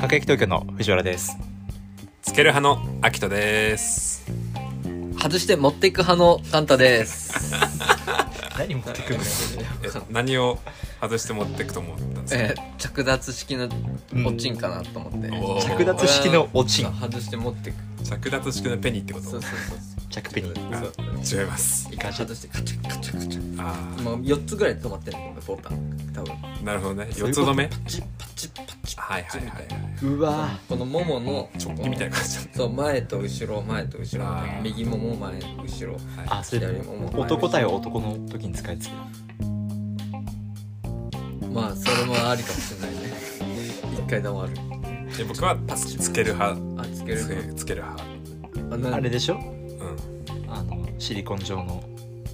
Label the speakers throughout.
Speaker 1: 各駅東京の藤原です
Speaker 2: つける派のアキトです。
Speaker 3: 外して持っていく派のカンタです。
Speaker 1: 何持ってくるの
Speaker 2: え何を外して持ってくと思ったんですか。
Speaker 3: えー着脱式のおちんかなと思って。
Speaker 2: おー
Speaker 1: 着脱式のおちん
Speaker 4: 外して持ってく
Speaker 2: 着脱式のペニーってこと。
Speaker 4: そうそうそう
Speaker 1: 着ペニー
Speaker 4: そう
Speaker 2: 違います。
Speaker 4: いか外してカチャカチャカチャ
Speaker 2: あ
Speaker 4: もう4つぐらい止まってるんだけどボタン多分
Speaker 2: あ、なるほどね。
Speaker 1: そうい
Speaker 2: 四
Speaker 1: う
Speaker 2: つ
Speaker 1: こと
Speaker 2: 止め。
Speaker 4: パチッパチッパチッ
Speaker 2: はいはいはいはいう
Speaker 1: わ
Speaker 4: このももの
Speaker 2: 直近みたいな感じだね
Speaker 4: そう前と後ろ前と後
Speaker 2: あ
Speaker 4: ろ
Speaker 2: ー
Speaker 4: 右もも前後ろ
Speaker 1: あそれ
Speaker 4: 左もも前
Speaker 1: 男対男の時に使いつけ
Speaker 4: まあそれもありかもしれないね一回でもある
Speaker 2: で僕はパスつける派
Speaker 4: あつける
Speaker 2: つけつける派。
Speaker 4: あな
Speaker 1: あれでしょ
Speaker 2: う
Speaker 1: あのシリコン状の
Speaker 2: ん。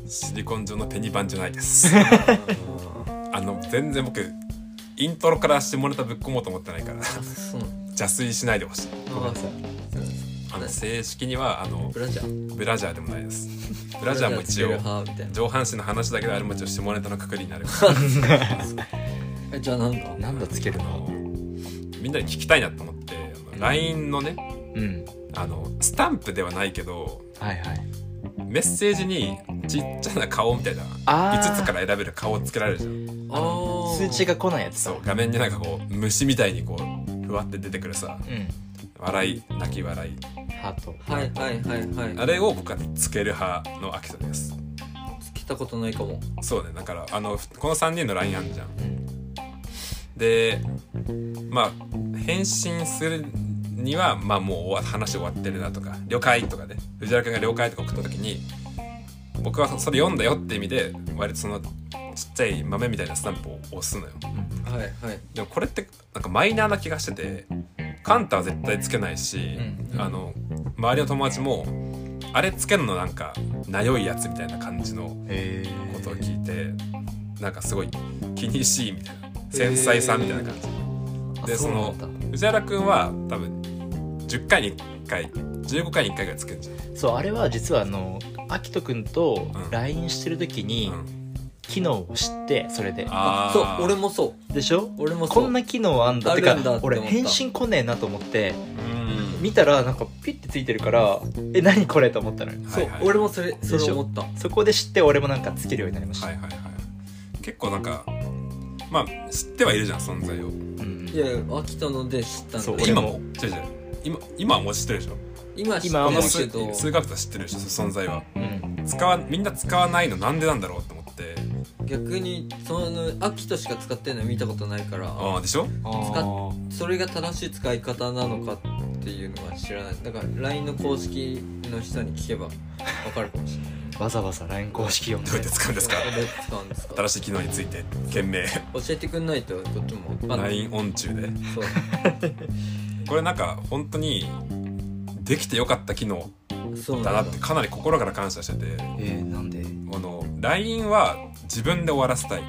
Speaker 2: シリコン上のペニバンじゃない です。
Speaker 4: あ
Speaker 2: あの全然僕イントロからしてもらったぶっ込もうと思ってないから
Speaker 4: ーそうなの
Speaker 2: 邪推しないでほしい。
Speaker 4: あーそう
Speaker 2: あの正式にはあの
Speaker 4: ブラジャー
Speaker 2: ブラジャーでもないです。ブラジャーも一
Speaker 4: ブラ
Speaker 2: 応
Speaker 4: ジャーつける派みたいな
Speaker 2: 上半身の話だけであるもちろん下ネタのくくりになる。
Speaker 4: えじゃあなんだ
Speaker 1: なんだつける
Speaker 2: あの
Speaker 1: の
Speaker 2: みんなに聞きたいなと思ってあの LINE のね
Speaker 1: うん
Speaker 2: あのスタンプではないけど
Speaker 1: はいはい
Speaker 2: メッセージにちっちゃな顔みたいな
Speaker 1: あ
Speaker 2: 5つからら選べる顔をつけられるじゃん
Speaker 4: あー
Speaker 1: 通知が来ないやつ
Speaker 2: そ
Speaker 1: だ
Speaker 2: う画面になんかこう虫みたいにこうふわって出てくるさ
Speaker 1: うん
Speaker 2: 笑い泣き笑い
Speaker 1: ハート
Speaker 4: はいはいはいはい
Speaker 2: あれを僕はつける派の秋田です
Speaker 4: つけたことないかも
Speaker 2: そうねだからあのこの3人の LINE あるじゃん
Speaker 1: うん
Speaker 2: でまあ返信するにはまあもう終わ話終わってるなとか「了解」とかね藤原君が「了解」とか送った時に僕はそれ読んだよって意味で割とそのちっちゃい豆みたいなスタンプを押すのよ
Speaker 1: うん
Speaker 4: はいはい
Speaker 2: でもこれってなんかマイナーな気がしててカンタは絶対つけないし、
Speaker 1: う
Speaker 2: あの周りの友達もあれつけるのなんかなよいやつみたいな感じの
Speaker 1: へ
Speaker 2: こ
Speaker 1: え
Speaker 2: とを聞いてなんかすごい気にしいみたいな繊細さみたいな感じ、で
Speaker 4: あ
Speaker 2: そう
Speaker 4: な
Speaker 2: の
Speaker 4: んだ
Speaker 2: 藤原君は多分10回に1回15回に1回ぐらいつけるんじゃ
Speaker 1: そうあれは実はあのあきとくんと LINE してる時に
Speaker 2: ん、うん、
Speaker 1: 機能を知ってそれで
Speaker 2: あー
Speaker 4: そう俺もそ
Speaker 1: でしょ
Speaker 4: う俺もそう
Speaker 1: こんな機能あんだ
Speaker 4: あ
Speaker 1: て
Speaker 4: る
Speaker 1: か
Speaker 4: んだって思った
Speaker 1: 俺返信来ねえなと思って
Speaker 2: うん
Speaker 1: 見たらなんかピッてついてるからえ何これと思ったのよ
Speaker 4: そう、
Speaker 2: はいはい
Speaker 4: 俺もそれそ
Speaker 1: でし
Speaker 4: れ
Speaker 1: ょ
Speaker 4: 思った
Speaker 1: そこで知って俺もなんかつけるようになりました、
Speaker 2: はいはいはい結構なんかまあ知ってはいるじゃん存在を
Speaker 1: うん
Speaker 4: いや秋田ので知った
Speaker 1: そ
Speaker 4: ん
Speaker 1: う
Speaker 4: だ
Speaker 1: 俺
Speaker 2: 今
Speaker 1: も
Speaker 2: も違う違う今今はもう知ってるでしょ
Speaker 4: 今知って
Speaker 1: 今はも
Speaker 2: こ
Speaker 1: う
Speaker 2: の
Speaker 4: る
Speaker 2: 数
Speaker 4: けど
Speaker 2: 数学とは知ってるでしょ存在は
Speaker 1: うん
Speaker 2: 使わみんな使わないのなんでなんだろうと思って
Speaker 4: 逆にその秋田しか使ってるの見たことないから
Speaker 2: ああでしょ
Speaker 1: あ
Speaker 4: それが正しい使い方なのかっていうのは知らないだから LINE の公式の人に聞けばわかるかもしれない
Speaker 1: ーわざわざ LINE 公式読ん
Speaker 2: どうやっ
Speaker 1: で
Speaker 2: て使うんですか
Speaker 4: どうやって使うんですか
Speaker 2: 新しい機能について懸命
Speaker 4: 教えてくんないとこっちもわかんない
Speaker 2: LINE オン中で
Speaker 4: そう
Speaker 2: これなんか本当にできてよかった機能
Speaker 4: そう
Speaker 2: だな
Speaker 4: な
Speaker 2: んって
Speaker 4: だ
Speaker 2: かなり心から感謝してて
Speaker 1: えー、なんでうん
Speaker 2: この LINE は自分で終わらせたい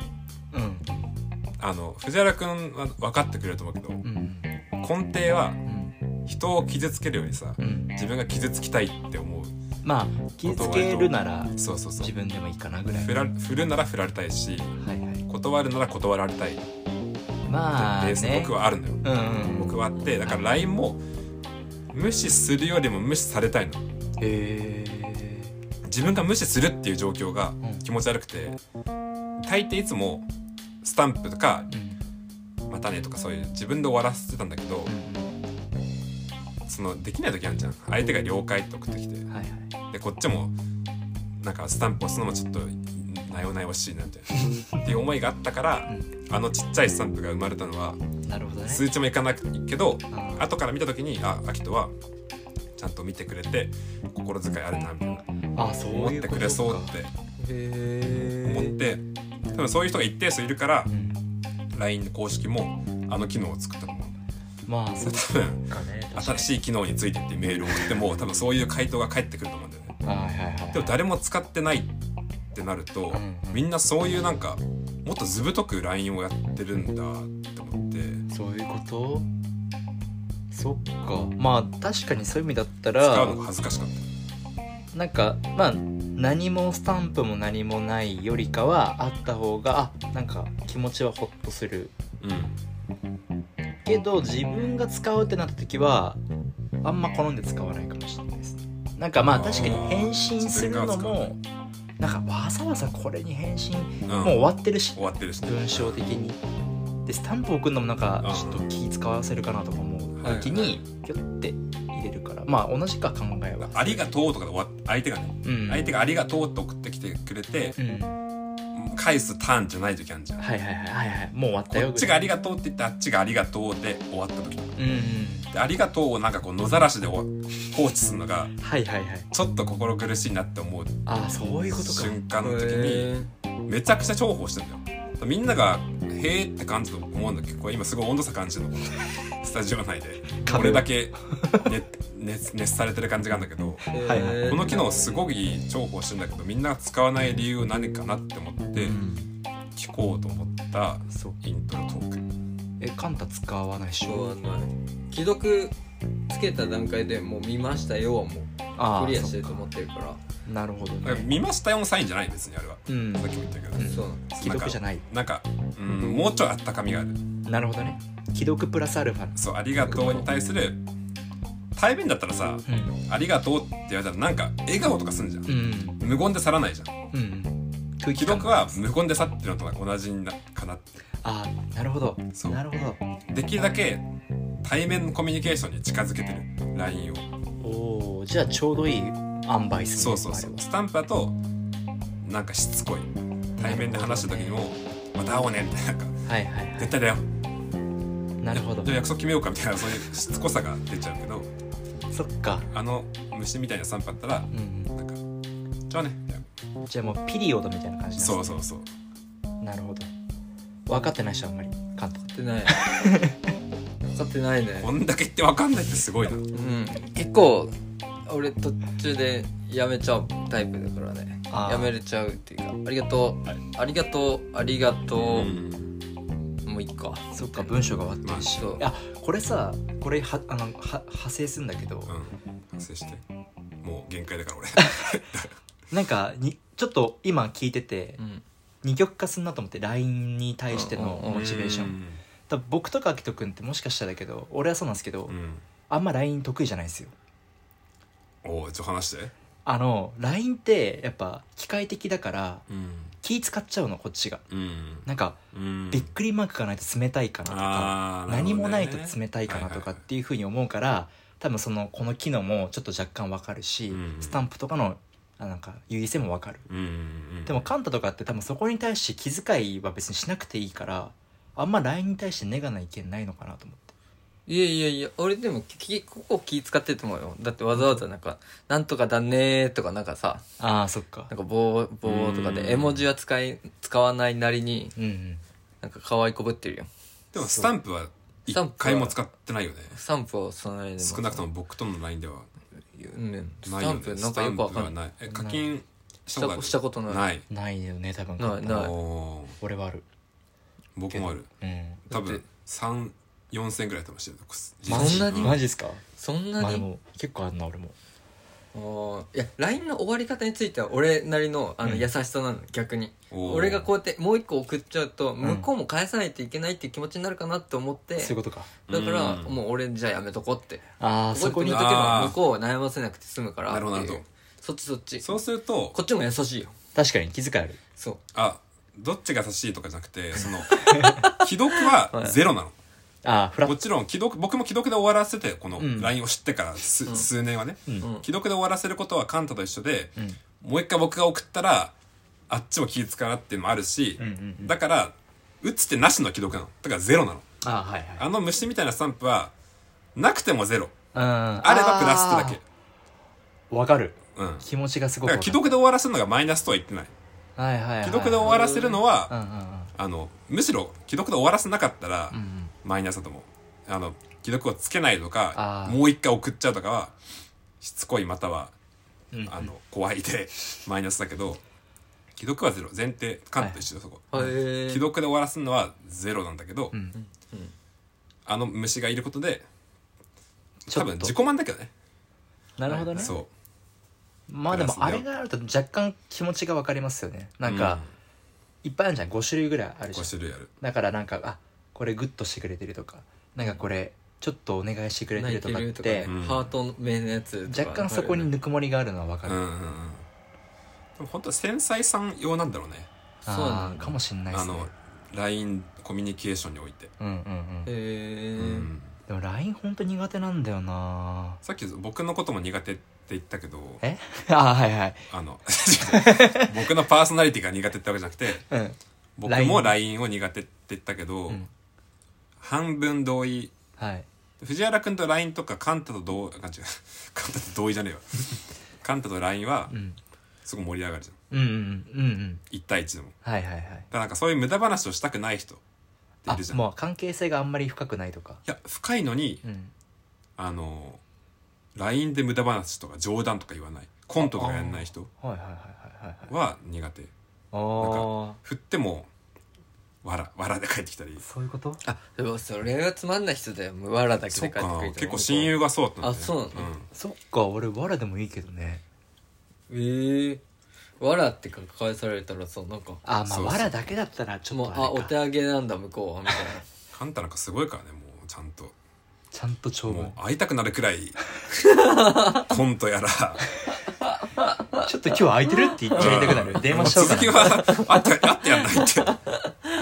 Speaker 2: あの藤原君は分かってくれると思うけど
Speaker 1: うん
Speaker 2: 根底は
Speaker 1: うん
Speaker 2: 人を傷つけるよりさ
Speaker 1: うん
Speaker 2: 自分が傷つきたいって思う
Speaker 1: まあ気付けるなら
Speaker 2: そうそうそう
Speaker 1: 自分でもいいかなぐらい
Speaker 2: 振
Speaker 1: は
Speaker 2: ら振るなら振られたいし
Speaker 1: いはい
Speaker 2: 断るなら断られたいっていう
Speaker 1: まあ
Speaker 2: ベ
Speaker 1: ね
Speaker 2: ースの僕はあるのよ
Speaker 1: うんうん
Speaker 2: 僕はあってだから LINE も無視するよりも無視されたいの
Speaker 1: へ
Speaker 2: 自分が無視するっていう状況が
Speaker 1: ん
Speaker 2: 気持ち悪くて大抵いつもスタンプとか
Speaker 1: えうん
Speaker 2: 「またね」とかそういう自分で終わらせてたんだけどそのできない時あるじゃん相手が「了解」って送ってきて
Speaker 1: うんはいはい
Speaker 2: でこっちもなんかスタンプ押すのもちょっとなよなよしいなみたいなっていう思いがあったからあのちっちゃいスタンプが生まれたのは
Speaker 1: なるほどね
Speaker 2: 数値もいかなくけど
Speaker 1: あ
Speaker 2: 後から見た時にあアキトはちゃんと見てくれて心遣いあるなみたいな
Speaker 1: あそ
Speaker 2: 思
Speaker 1: う
Speaker 2: っ
Speaker 1: いう
Speaker 2: て
Speaker 1: こ
Speaker 2: く
Speaker 1: とか
Speaker 2: れそうって思っ
Speaker 4: へ
Speaker 2: て多分そういう人が一定数いるから
Speaker 1: うん
Speaker 2: LINE の公式もあの機能を作ったと思う
Speaker 1: まあ
Speaker 2: そ
Speaker 1: そ
Speaker 2: れ
Speaker 1: う
Speaker 2: 多分
Speaker 1: かね確か
Speaker 2: 新
Speaker 1: に
Speaker 2: しい機能についてっていうメールを送っても多分そういう回答が返ってくると思うんだよね
Speaker 1: はいはいはい
Speaker 2: でも誰も使ってないってなると
Speaker 1: うんうん
Speaker 2: みんなそういうなんかもっと図太く LINE をやってるんだって思って
Speaker 1: そういうことそっかまあ確かにそういう意味だった
Speaker 2: 使
Speaker 1: ら
Speaker 2: うのが恥ずかしかっ
Speaker 1: なんかまあ何もスタンプも何もないよりかはあった方があなんか気持ちはホッとする
Speaker 2: たうん
Speaker 1: けど自分が使うってなった時はあんま好んで使わないかもしれないですねなんかまあ確かに返信するのもなんかわざわざこれに返信
Speaker 2: うん
Speaker 1: もう終わってるし
Speaker 2: 終わってるしね
Speaker 1: 文章的にでスタンプ送るのもなんかちょっと気使わせるかなとか思う時にピョって入れるからまあ同じか考えは
Speaker 2: ありがとうとかで終わっ相手がね
Speaker 1: うん
Speaker 2: 相手がありがとうって送ってきてくれて
Speaker 1: うん
Speaker 2: 返すターンじゃない時あるじゃんこ
Speaker 1: はいはいはいはいはいもう終わったよ
Speaker 2: っちがありがとうって言ってあっちがありがとうで終わった時
Speaker 1: うんうん
Speaker 2: でありがとうをなんかこう野ざらしでお放置するのが
Speaker 1: はいはいはい
Speaker 2: ちょっと心苦しいなって思う
Speaker 1: ああそういうことか
Speaker 2: 瞬間の時に
Speaker 4: へ
Speaker 2: めちゃくちゃ重宝してるんだよみんなが「へーって感じと思うんだけどこれ今すごい温度差感じるのこのスタジオ内で
Speaker 1: 壁を
Speaker 2: 俺だけ熱熱熱されてる感じがあるんだけど
Speaker 4: ー
Speaker 1: はい
Speaker 4: へー
Speaker 2: この機能すごい重宝してるんだけどみんなが使わない理由何かなって思って
Speaker 1: うん
Speaker 2: 聞こうと思った
Speaker 1: そう
Speaker 2: イントロトーク
Speaker 1: えカンタ使わないでし
Speaker 4: しょ
Speaker 1: ょ
Speaker 4: うがない既読つけた段階でもう見ましたよはも
Speaker 1: あ
Speaker 4: う
Speaker 1: あ
Speaker 4: クリアしてると
Speaker 1: そ
Speaker 4: 思ってるから
Speaker 1: うなるほど
Speaker 2: だから
Speaker 1: ね
Speaker 2: 見ましたよのサインじゃない別にあれは
Speaker 1: うん
Speaker 2: さっきも言ったけど
Speaker 1: うん
Speaker 4: そうなん
Speaker 1: 既読じゃない
Speaker 2: なんかうんもうちょいあったかみがある
Speaker 1: なるほどね既読プラスアルファ
Speaker 2: そうありがとうに対する対面だったらさ
Speaker 1: うん
Speaker 2: ありがとうって言われたらなんか笑顔とかすんじゃん
Speaker 1: うん
Speaker 2: 無言で去らないじゃ
Speaker 1: う
Speaker 2: ん
Speaker 1: ん空
Speaker 2: 既
Speaker 1: 感
Speaker 2: 読は無言で去ってるのと同じなかなって
Speaker 1: ああなるほど
Speaker 2: そう
Speaker 1: なるほど
Speaker 2: できるだけ対面コミュニケーションに近づけてる LINE を
Speaker 1: おおじゃあちょうどいい塩梅ですね
Speaker 2: そうそうそ
Speaker 1: あ
Speaker 2: う
Speaker 1: れは
Speaker 2: スタンプだとなんかしつこい対面で話した時にも「また会おうね」みたいななんか
Speaker 1: はいはい
Speaker 2: 「
Speaker 1: は
Speaker 2: 絶対だよ
Speaker 1: いなるほど
Speaker 2: じゃあ約束決めようか」みたいなそういうしつこさが出ちゃうけど
Speaker 1: そっか
Speaker 2: あの虫みたいなスタンプだったら
Speaker 1: うんうん
Speaker 2: なんか「じゃあね」みたいな
Speaker 1: じゃあもうピリオドみたいな感じなんですね
Speaker 2: そうそうそう
Speaker 1: なるほど分かってない人あんまりカンタ
Speaker 4: 分かってない分かってないね
Speaker 2: こんだけ言って分かんないってすごいな
Speaker 4: うん結構俺途中でやめちゃうタイプだからね
Speaker 1: あー
Speaker 4: やめれちゃうっていうかありがとう、
Speaker 2: はい
Speaker 4: ありがとうありがと
Speaker 2: うん
Speaker 4: う、もういいか
Speaker 1: そっか文章が終わってるし、
Speaker 4: まあそう
Speaker 1: いやこれさこれはあのは派生するんだけど、
Speaker 2: うん反省してもう限界だから俺
Speaker 1: なんかにちょっと今聞いてて
Speaker 4: うん
Speaker 1: 二極化すんなと思って LINE に対しての
Speaker 4: うんうんうん
Speaker 1: モチベーション多分僕とかあきとくんってもしかしたらだけど俺はそうなんですけど、
Speaker 2: うんうん
Speaker 1: あんま LINE 得意じゃないんですよ
Speaker 2: おおちょっと話して
Speaker 1: あの LINE ってやっぱ機械的だから
Speaker 2: うん
Speaker 1: 気使っちゃうのこっちが
Speaker 2: うん
Speaker 1: なんか
Speaker 2: うん
Speaker 1: びっくりマークがないと冷たいかなとか、
Speaker 2: あーるほどね
Speaker 1: 何もないと冷たいかなとかっていうふうに思うから、多分そのこの機能もちょっと若干わかるし、
Speaker 2: うん
Speaker 1: スタンプとかのあなんか優位性もわかる
Speaker 2: うんうんうん
Speaker 1: でもカンタとかって多分そこに対して気遣いは別にしなくていいからあんま LINE に対してネガな意見ないのかなと思って
Speaker 4: いやいやいや俺でもきここ気使ってると思うよだってわざわざなんか「なんとかだね」とかなんかさ
Speaker 1: ああそっか
Speaker 4: なんか棒棒とか
Speaker 2: うん
Speaker 4: で絵文字は使い使わないなりに
Speaker 1: うんうん
Speaker 4: なんか可愛いこぶってるよ
Speaker 2: でもスタンプは
Speaker 4: スタン
Speaker 2: 一
Speaker 4: プは
Speaker 2: 回も使ってないよね
Speaker 4: スタンプをそのなりに
Speaker 2: 少なくとも僕との LINE では
Speaker 4: うん、ス
Speaker 2: ない
Speaker 4: タ
Speaker 2: よ
Speaker 4: ン
Speaker 2: ね
Speaker 4: プなんかよくわかんない
Speaker 2: スタンプはえ課金したことある
Speaker 4: したことない
Speaker 2: ない
Speaker 1: ないよね多分
Speaker 4: ない
Speaker 2: お
Speaker 4: ない
Speaker 2: おー
Speaker 1: 俺はある
Speaker 2: 僕もある
Speaker 1: うん
Speaker 2: 多
Speaker 4: だっ
Speaker 2: 分
Speaker 4: て
Speaker 2: 3 4千ぐらいともしてる
Speaker 4: マジそんなに
Speaker 1: マジですか
Speaker 4: そんな
Speaker 1: まあで
Speaker 4: に、
Speaker 1: も結構あるな俺も
Speaker 4: あーいや LINE の終わり方については俺なりのあの
Speaker 1: うん
Speaker 4: 優しさなの、逆に俺がこうやってもう一個送っちゃうと向こうも返さないといけないっていう気持ちになるかなと思って、
Speaker 1: そういうことか
Speaker 4: だから
Speaker 2: うん
Speaker 4: もう俺じゃあやめとこうって
Speaker 1: ああそ
Speaker 4: そ
Speaker 1: こ
Speaker 4: こに
Speaker 1: に
Speaker 4: と
Speaker 2: あ
Speaker 4: け
Speaker 2: ー
Speaker 4: ば向こうを悩ませなくて済むから
Speaker 2: なるほど
Speaker 4: っていう
Speaker 2: なるほ
Speaker 4: そっちそっち
Speaker 2: そうすると
Speaker 4: こっちも優しいよ
Speaker 1: 確かに気遣いある
Speaker 4: そう
Speaker 2: あどっちが優しいとかじゃなく てその既読はゼロなの
Speaker 1: ああフラッ
Speaker 2: もちろん既読僕も既読で終わらせてこの
Speaker 1: うん
Speaker 2: LINE を知ってから数,、数年はね、
Speaker 1: うん
Speaker 4: うん
Speaker 2: 既読で終わらせることはカンタと一緒で、
Speaker 1: うん
Speaker 2: もう一回僕が送ったらあっちも気ぃ使うなっていうのもあるし、
Speaker 1: うんうんうん
Speaker 2: だから打つってなしの既読なのだからゼロなの
Speaker 1: ああはいはい
Speaker 2: あの虫みたいなスタンプはなくてもゼロ
Speaker 1: うんあ
Speaker 2: あればプラスってだけ
Speaker 1: けわかる
Speaker 2: うん
Speaker 1: 気持ちがすご
Speaker 2: だ
Speaker 1: くわか
Speaker 2: から既
Speaker 1: る
Speaker 2: 読で終わらせるのがマイナスとは言ってない
Speaker 1: はいはいはい
Speaker 2: 既読で終わらせるのは、
Speaker 1: うんうんうん
Speaker 2: あのむしろ既読で終わらせなかったら
Speaker 1: ん
Speaker 2: マイナスだと思う、あの既読をつけないとか
Speaker 1: あー
Speaker 2: もう一回送っちゃうとかはしつこいまたは、
Speaker 1: うん
Speaker 2: あの怖いで マイナスだけど既読はゼロ前提カントと一緒だそこ、
Speaker 4: へえ
Speaker 2: 既読で終わらすのはゼロなんだけど、
Speaker 1: ん
Speaker 2: あの虫がいることで
Speaker 1: ちょ
Speaker 2: 多
Speaker 1: っと
Speaker 2: 分自己満だけどね
Speaker 1: なるほどね
Speaker 2: そ
Speaker 1: まあでも
Speaker 2: プラ
Speaker 1: あ
Speaker 2: スだよ
Speaker 1: れがあると若干気持ちがわかりますよねなんかいっぱいあるじゃん5種類ぐらいある
Speaker 2: う
Speaker 1: じゃん
Speaker 2: 5種類ある
Speaker 1: だからなんかあこれグッとしてくれてるとかなんかこれちょっとお願いしてくれて
Speaker 4: 泣い
Speaker 1: ると
Speaker 4: て
Speaker 1: かっ
Speaker 4: るとかね
Speaker 1: て
Speaker 2: うん
Speaker 4: ハート目のやつとか
Speaker 1: 若干そこにぬくもりがあるのは分か
Speaker 2: うん
Speaker 1: る、
Speaker 2: うんうんでも本当繊細さん用なんだろうね
Speaker 1: あ
Speaker 4: そうな
Speaker 1: ー
Speaker 4: んだ
Speaker 1: かもしんないで
Speaker 2: あ
Speaker 1: すね
Speaker 2: の LINE コミュニケーションにおいて、
Speaker 1: うんうんうん
Speaker 4: へ
Speaker 2: う
Speaker 4: え
Speaker 2: ん
Speaker 1: でも LINE ほんと苦手なんだよな
Speaker 2: さっき僕のことも苦手って言ったけど
Speaker 1: え あーはいはい
Speaker 2: あの 僕のパーソナリティが苦手ってわけじゃな くて
Speaker 1: うん
Speaker 2: 僕も LINE を苦手って言ったけど、
Speaker 1: うん
Speaker 2: 半分同意
Speaker 1: はい
Speaker 2: 藤原君と LINE とかカンタと同あ違う カンタと同意じゃねえ わカンタと LINE は
Speaker 1: うん
Speaker 2: すごい盛り上がるじゃん
Speaker 1: うんうんうんうん
Speaker 2: 1対1でもだか
Speaker 1: はいはいはい
Speaker 2: らなんかそういう無駄話をしたくない人ってい
Speaker 1: あ
Speaker 2: るじゃんい
Speaker 1: もう関係性があんまり深くないとか
Speaker 2: や深いのに
Speaker 1: うん
Speaker 2: あの LINE で無駄話とか冗談とか言わないコントとかやんない人
Speaker 1: はいはいはいはいはいはい
Speaker 2: は苦手
Speaker 1: ああ
Speaker 2: 振ってもわらわらで帰ってきたり
Speaker 1: そういうこと
Speaker 3: あ、でもそれはつまんない人だよ。わらだけ
Speaker 2: そ
Speaker 3: で
Speaker 2: っ
Speaker 3: 帰って
Speaker 2: か
Speaker 3: くる。
Speaker 2: 結構親友がそうだったんだ、ね、
Speaker 3: あそうなの
Speaker 2: ん
Speaker 1: そっか俺わらでもいいけどね
Speaker 3: ええ。
Speaker 4: わらってか返されたらさなんか
Speaker 1: あま
Speaker 2: そ
Speaker 1: あ
Speaker 2: うそう
Speaker 1: わらだけだったらちょっ
Speaker 4: も
Speaker 1: と
Speaker 4: う
Speaker 1: あ
Speaker 4: あお
Speaker 1: れ
Speaker 4: 手
Speaker 1: か
Speaker 4: 上げなんだ向こうはみたいな
Speaker 2: カンタなんかすごいからねもうちゃんと
Speaker 1: ちゃんと長文
Speaker 2: もう会いたくなるくらいコントやら
Speaker 1: ちょっと今日空いてるって言っちゃいたくな る電話しちゃおう
Speaker 2: 続き
Speaker 1: か
Speaker 2: は会って会ってやんないって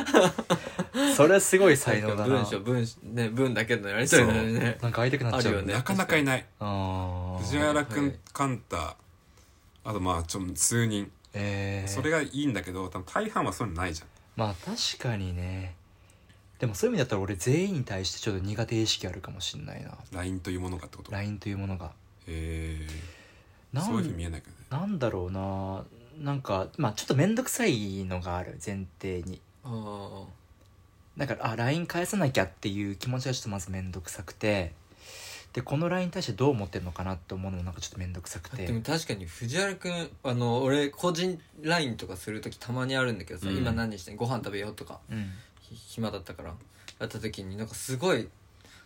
Speaker 1: なそれはすごい 才能だな
Speaker 4: 文章文章ね文だけのやりとりなのにね
Speaker 1: なんか会いたくなっちゃう
Speaker 4: あるよね
Speaker 2: なかなかいない
Speaker 1: あ
Speaker 2: 藤
Speaker 1: あ
Speaker 2: 原君、
Speaker 4: はい
Speaker 2: カンタあとまあちょっと数人
Speaker 1: ええ
Speaker 2: それがいいんだけど多分大半はそういうのないじゃん
Speaker 1: まあ確かにねでもそういう意味だったら俺全員に対してちょっと苦手意識あるかもしんないな
Speaker 2: LINE というものがってことへ
Speaker 1: LINE というものが
Speaker 2: え
Speaker 1: な
Speaker 2: そういうふうに見
Speaker 1: ん
Speaker 2: えないけどね
Speaker 1: なんだろうななんかまあちょっと面倒くさいのがある前提に
Speaker 4: ああ
Speaker 1: だからあ LINE 返さなきゃっていう気持ちがちょっとまず面倒くさくてでこの LINE に対してどう思ってるのかなって思うのもなんかちょっと面倒くさく
Speaker 4: でも
Speaker 1: て
Speaker 4: 確かに藤原くんあの俺個人 LINE とかする時たまにあるんだけどさ、
Speaker 2: うん
Speaker 4: 今何してんご飯食べようとか
Speaker 1: うん
Speaker 4: ひ暇だったからやった時になんかすごい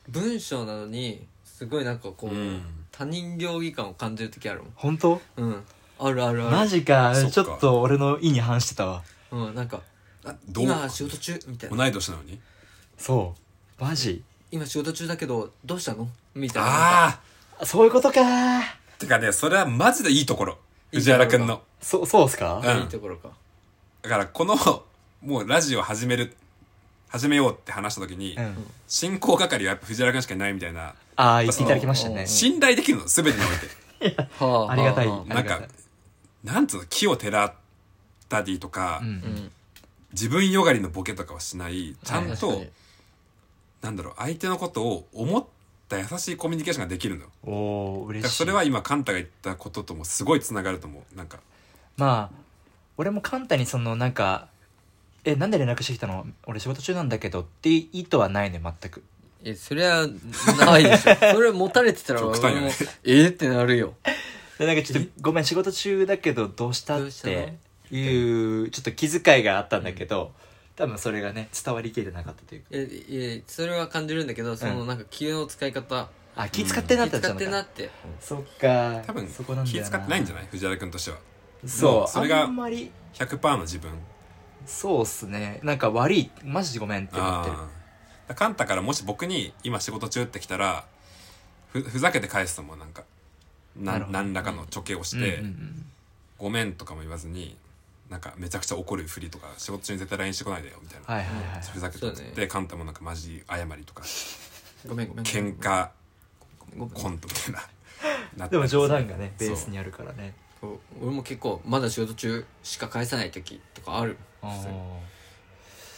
Speaker 4: 文章なのにすごいなんかこ
Speaker 2: う
Speaker 4: う、
Speaker 2: ん
Speaker 4: 他人行儀感を感じる時ある
Speaker 1: 本当
Speaker 4: もんうんあるあるある
Speaker 1: マジか
Speaker 2: そっか
Speaker 1: ちょっと俺の意に反してたわ
Speaker 4: うんなんかあ
Speaker 2: どう
Speaker 4: 今仕事中みたいな
Speaker 2: 同い年なのに
Speaker 1: そうマジ
Speaker 4: 今仕事中だけどどうしたのみたいな
Speaker 2: ああ
Speaker 1: あそういうことかー
Speaker 2: てかねそれはマジでいいところ藤原君の
Speaker 1: そそうっすか
Speaker 2: うん
Speaker 4: いいところか
Speaker 2: だからこのもうラジオ始める始めようって話した時に、
Speaker 1: うん
Speaker 2: 進行係はやっぱ藤原君しかいないみたいな
Speaker 1: ああ言っていただきましたね
Speaker 2: 信頼できるの全てにおいて
Speaker 4: はあ
Speaker 1: ありがたい
Speaker 4: はあは
Speaker 2: なん
Speaker 1: あり
Speaker 2: か
Speaker 1: がたい
Speaker 2: なんつうの木をてらったりとか、
Speaker 1: うん
Speaker 4: あうん
Speaker 2: 自分よがりのボケとかはしないちゃんと、
Speaker 4: はい確かに
Speaker 2: なんだろう相手のことを思った優しいコミュニケーションができるのよ
Speaker 1: おお
Speaker 2: だ
Speaker 1: 嬉
Speaker 2: から
Speaker 1: しい
Speaker 2: それは今カンタが言ったことともすごいつながると思うなんか
Speaker 1: まあ俺も簡単にそのなんか「えなんで連絡してきたの俺仕事中なんだけど」っていう意図はないね全く
Speaker 4: えそりゃない でしょそれ持たれてたら
Speaker 2: 極
Speaker 4: 俺
Speaker 2: 端よね
Speaker 4: もえーってなるよ
Speaker 1: でなんかちょっと「ごめん仕事中だけどどうした?」
Speaker 4: ど
Speaker 1: っ
Speaker 4: うしたの
Speaker 1: ていうちょっと気遣いがあったんだけど、多分それがね伝わりきれてなかったというか
Speaker 4: ええそれは感じるんだけどその
Speaker 1: うん
Speaker 4: なんか気の使い方
Speaker 1: あ気遣ってんな
Speaker 4: 気
Speaker 1: ってなっちゃう
Speaker 4: 使っ
Speaker 1: のか
Speaker 4: てなって
Speaker 1: そっか
Speaker 2: 多分
Speaker 1: そこなんだ
Speaker 2: 気
Speaker 1: よ
Speaker 2: 遣
Speaker 1: な
Speaker 2: ってないんじゃない藤原君としては
Speaker 1: そ
Speaker 2: も
Speaker 1: う
Speaker 2: うそれが
Speaker 1: あんまり
Speaker 2: 100%の自分
Speaker 1: そうっすねなんか悪いマジでごめんって思ってる
Speaker 2: ああカンタからもし僕に今仕事中ってきたらふふざけて返すともうなんかな
Speaker 1: なるほど
Speaker 2: 何らかのチョケをして、
Speaker 1: うんうんうん
Speaker 2: ごめんとかも言わずになんかめちゃくちゃ怒るふりとか仕事中に絶対 LINE してこないでよみたいな、
Speaker 1: はいはいはい
Speaker 2: ふざけて
Speaker 4: そうね
Speaker 2: で、カンタもなんかマジ謝りとか
Speaker 4: ごめんごめん
Speaker 2: 喧嘩
Speaker 4: ごめん
Speaker 2: コントみたいななっ て
Speaker 1: でも冗談がねベ
Speaker 2: そう
Speaker 1: ースにあるからね
Speaker 4: そう俺も結構まだ仕事中しか返さない時とかある
Speaker 1: あー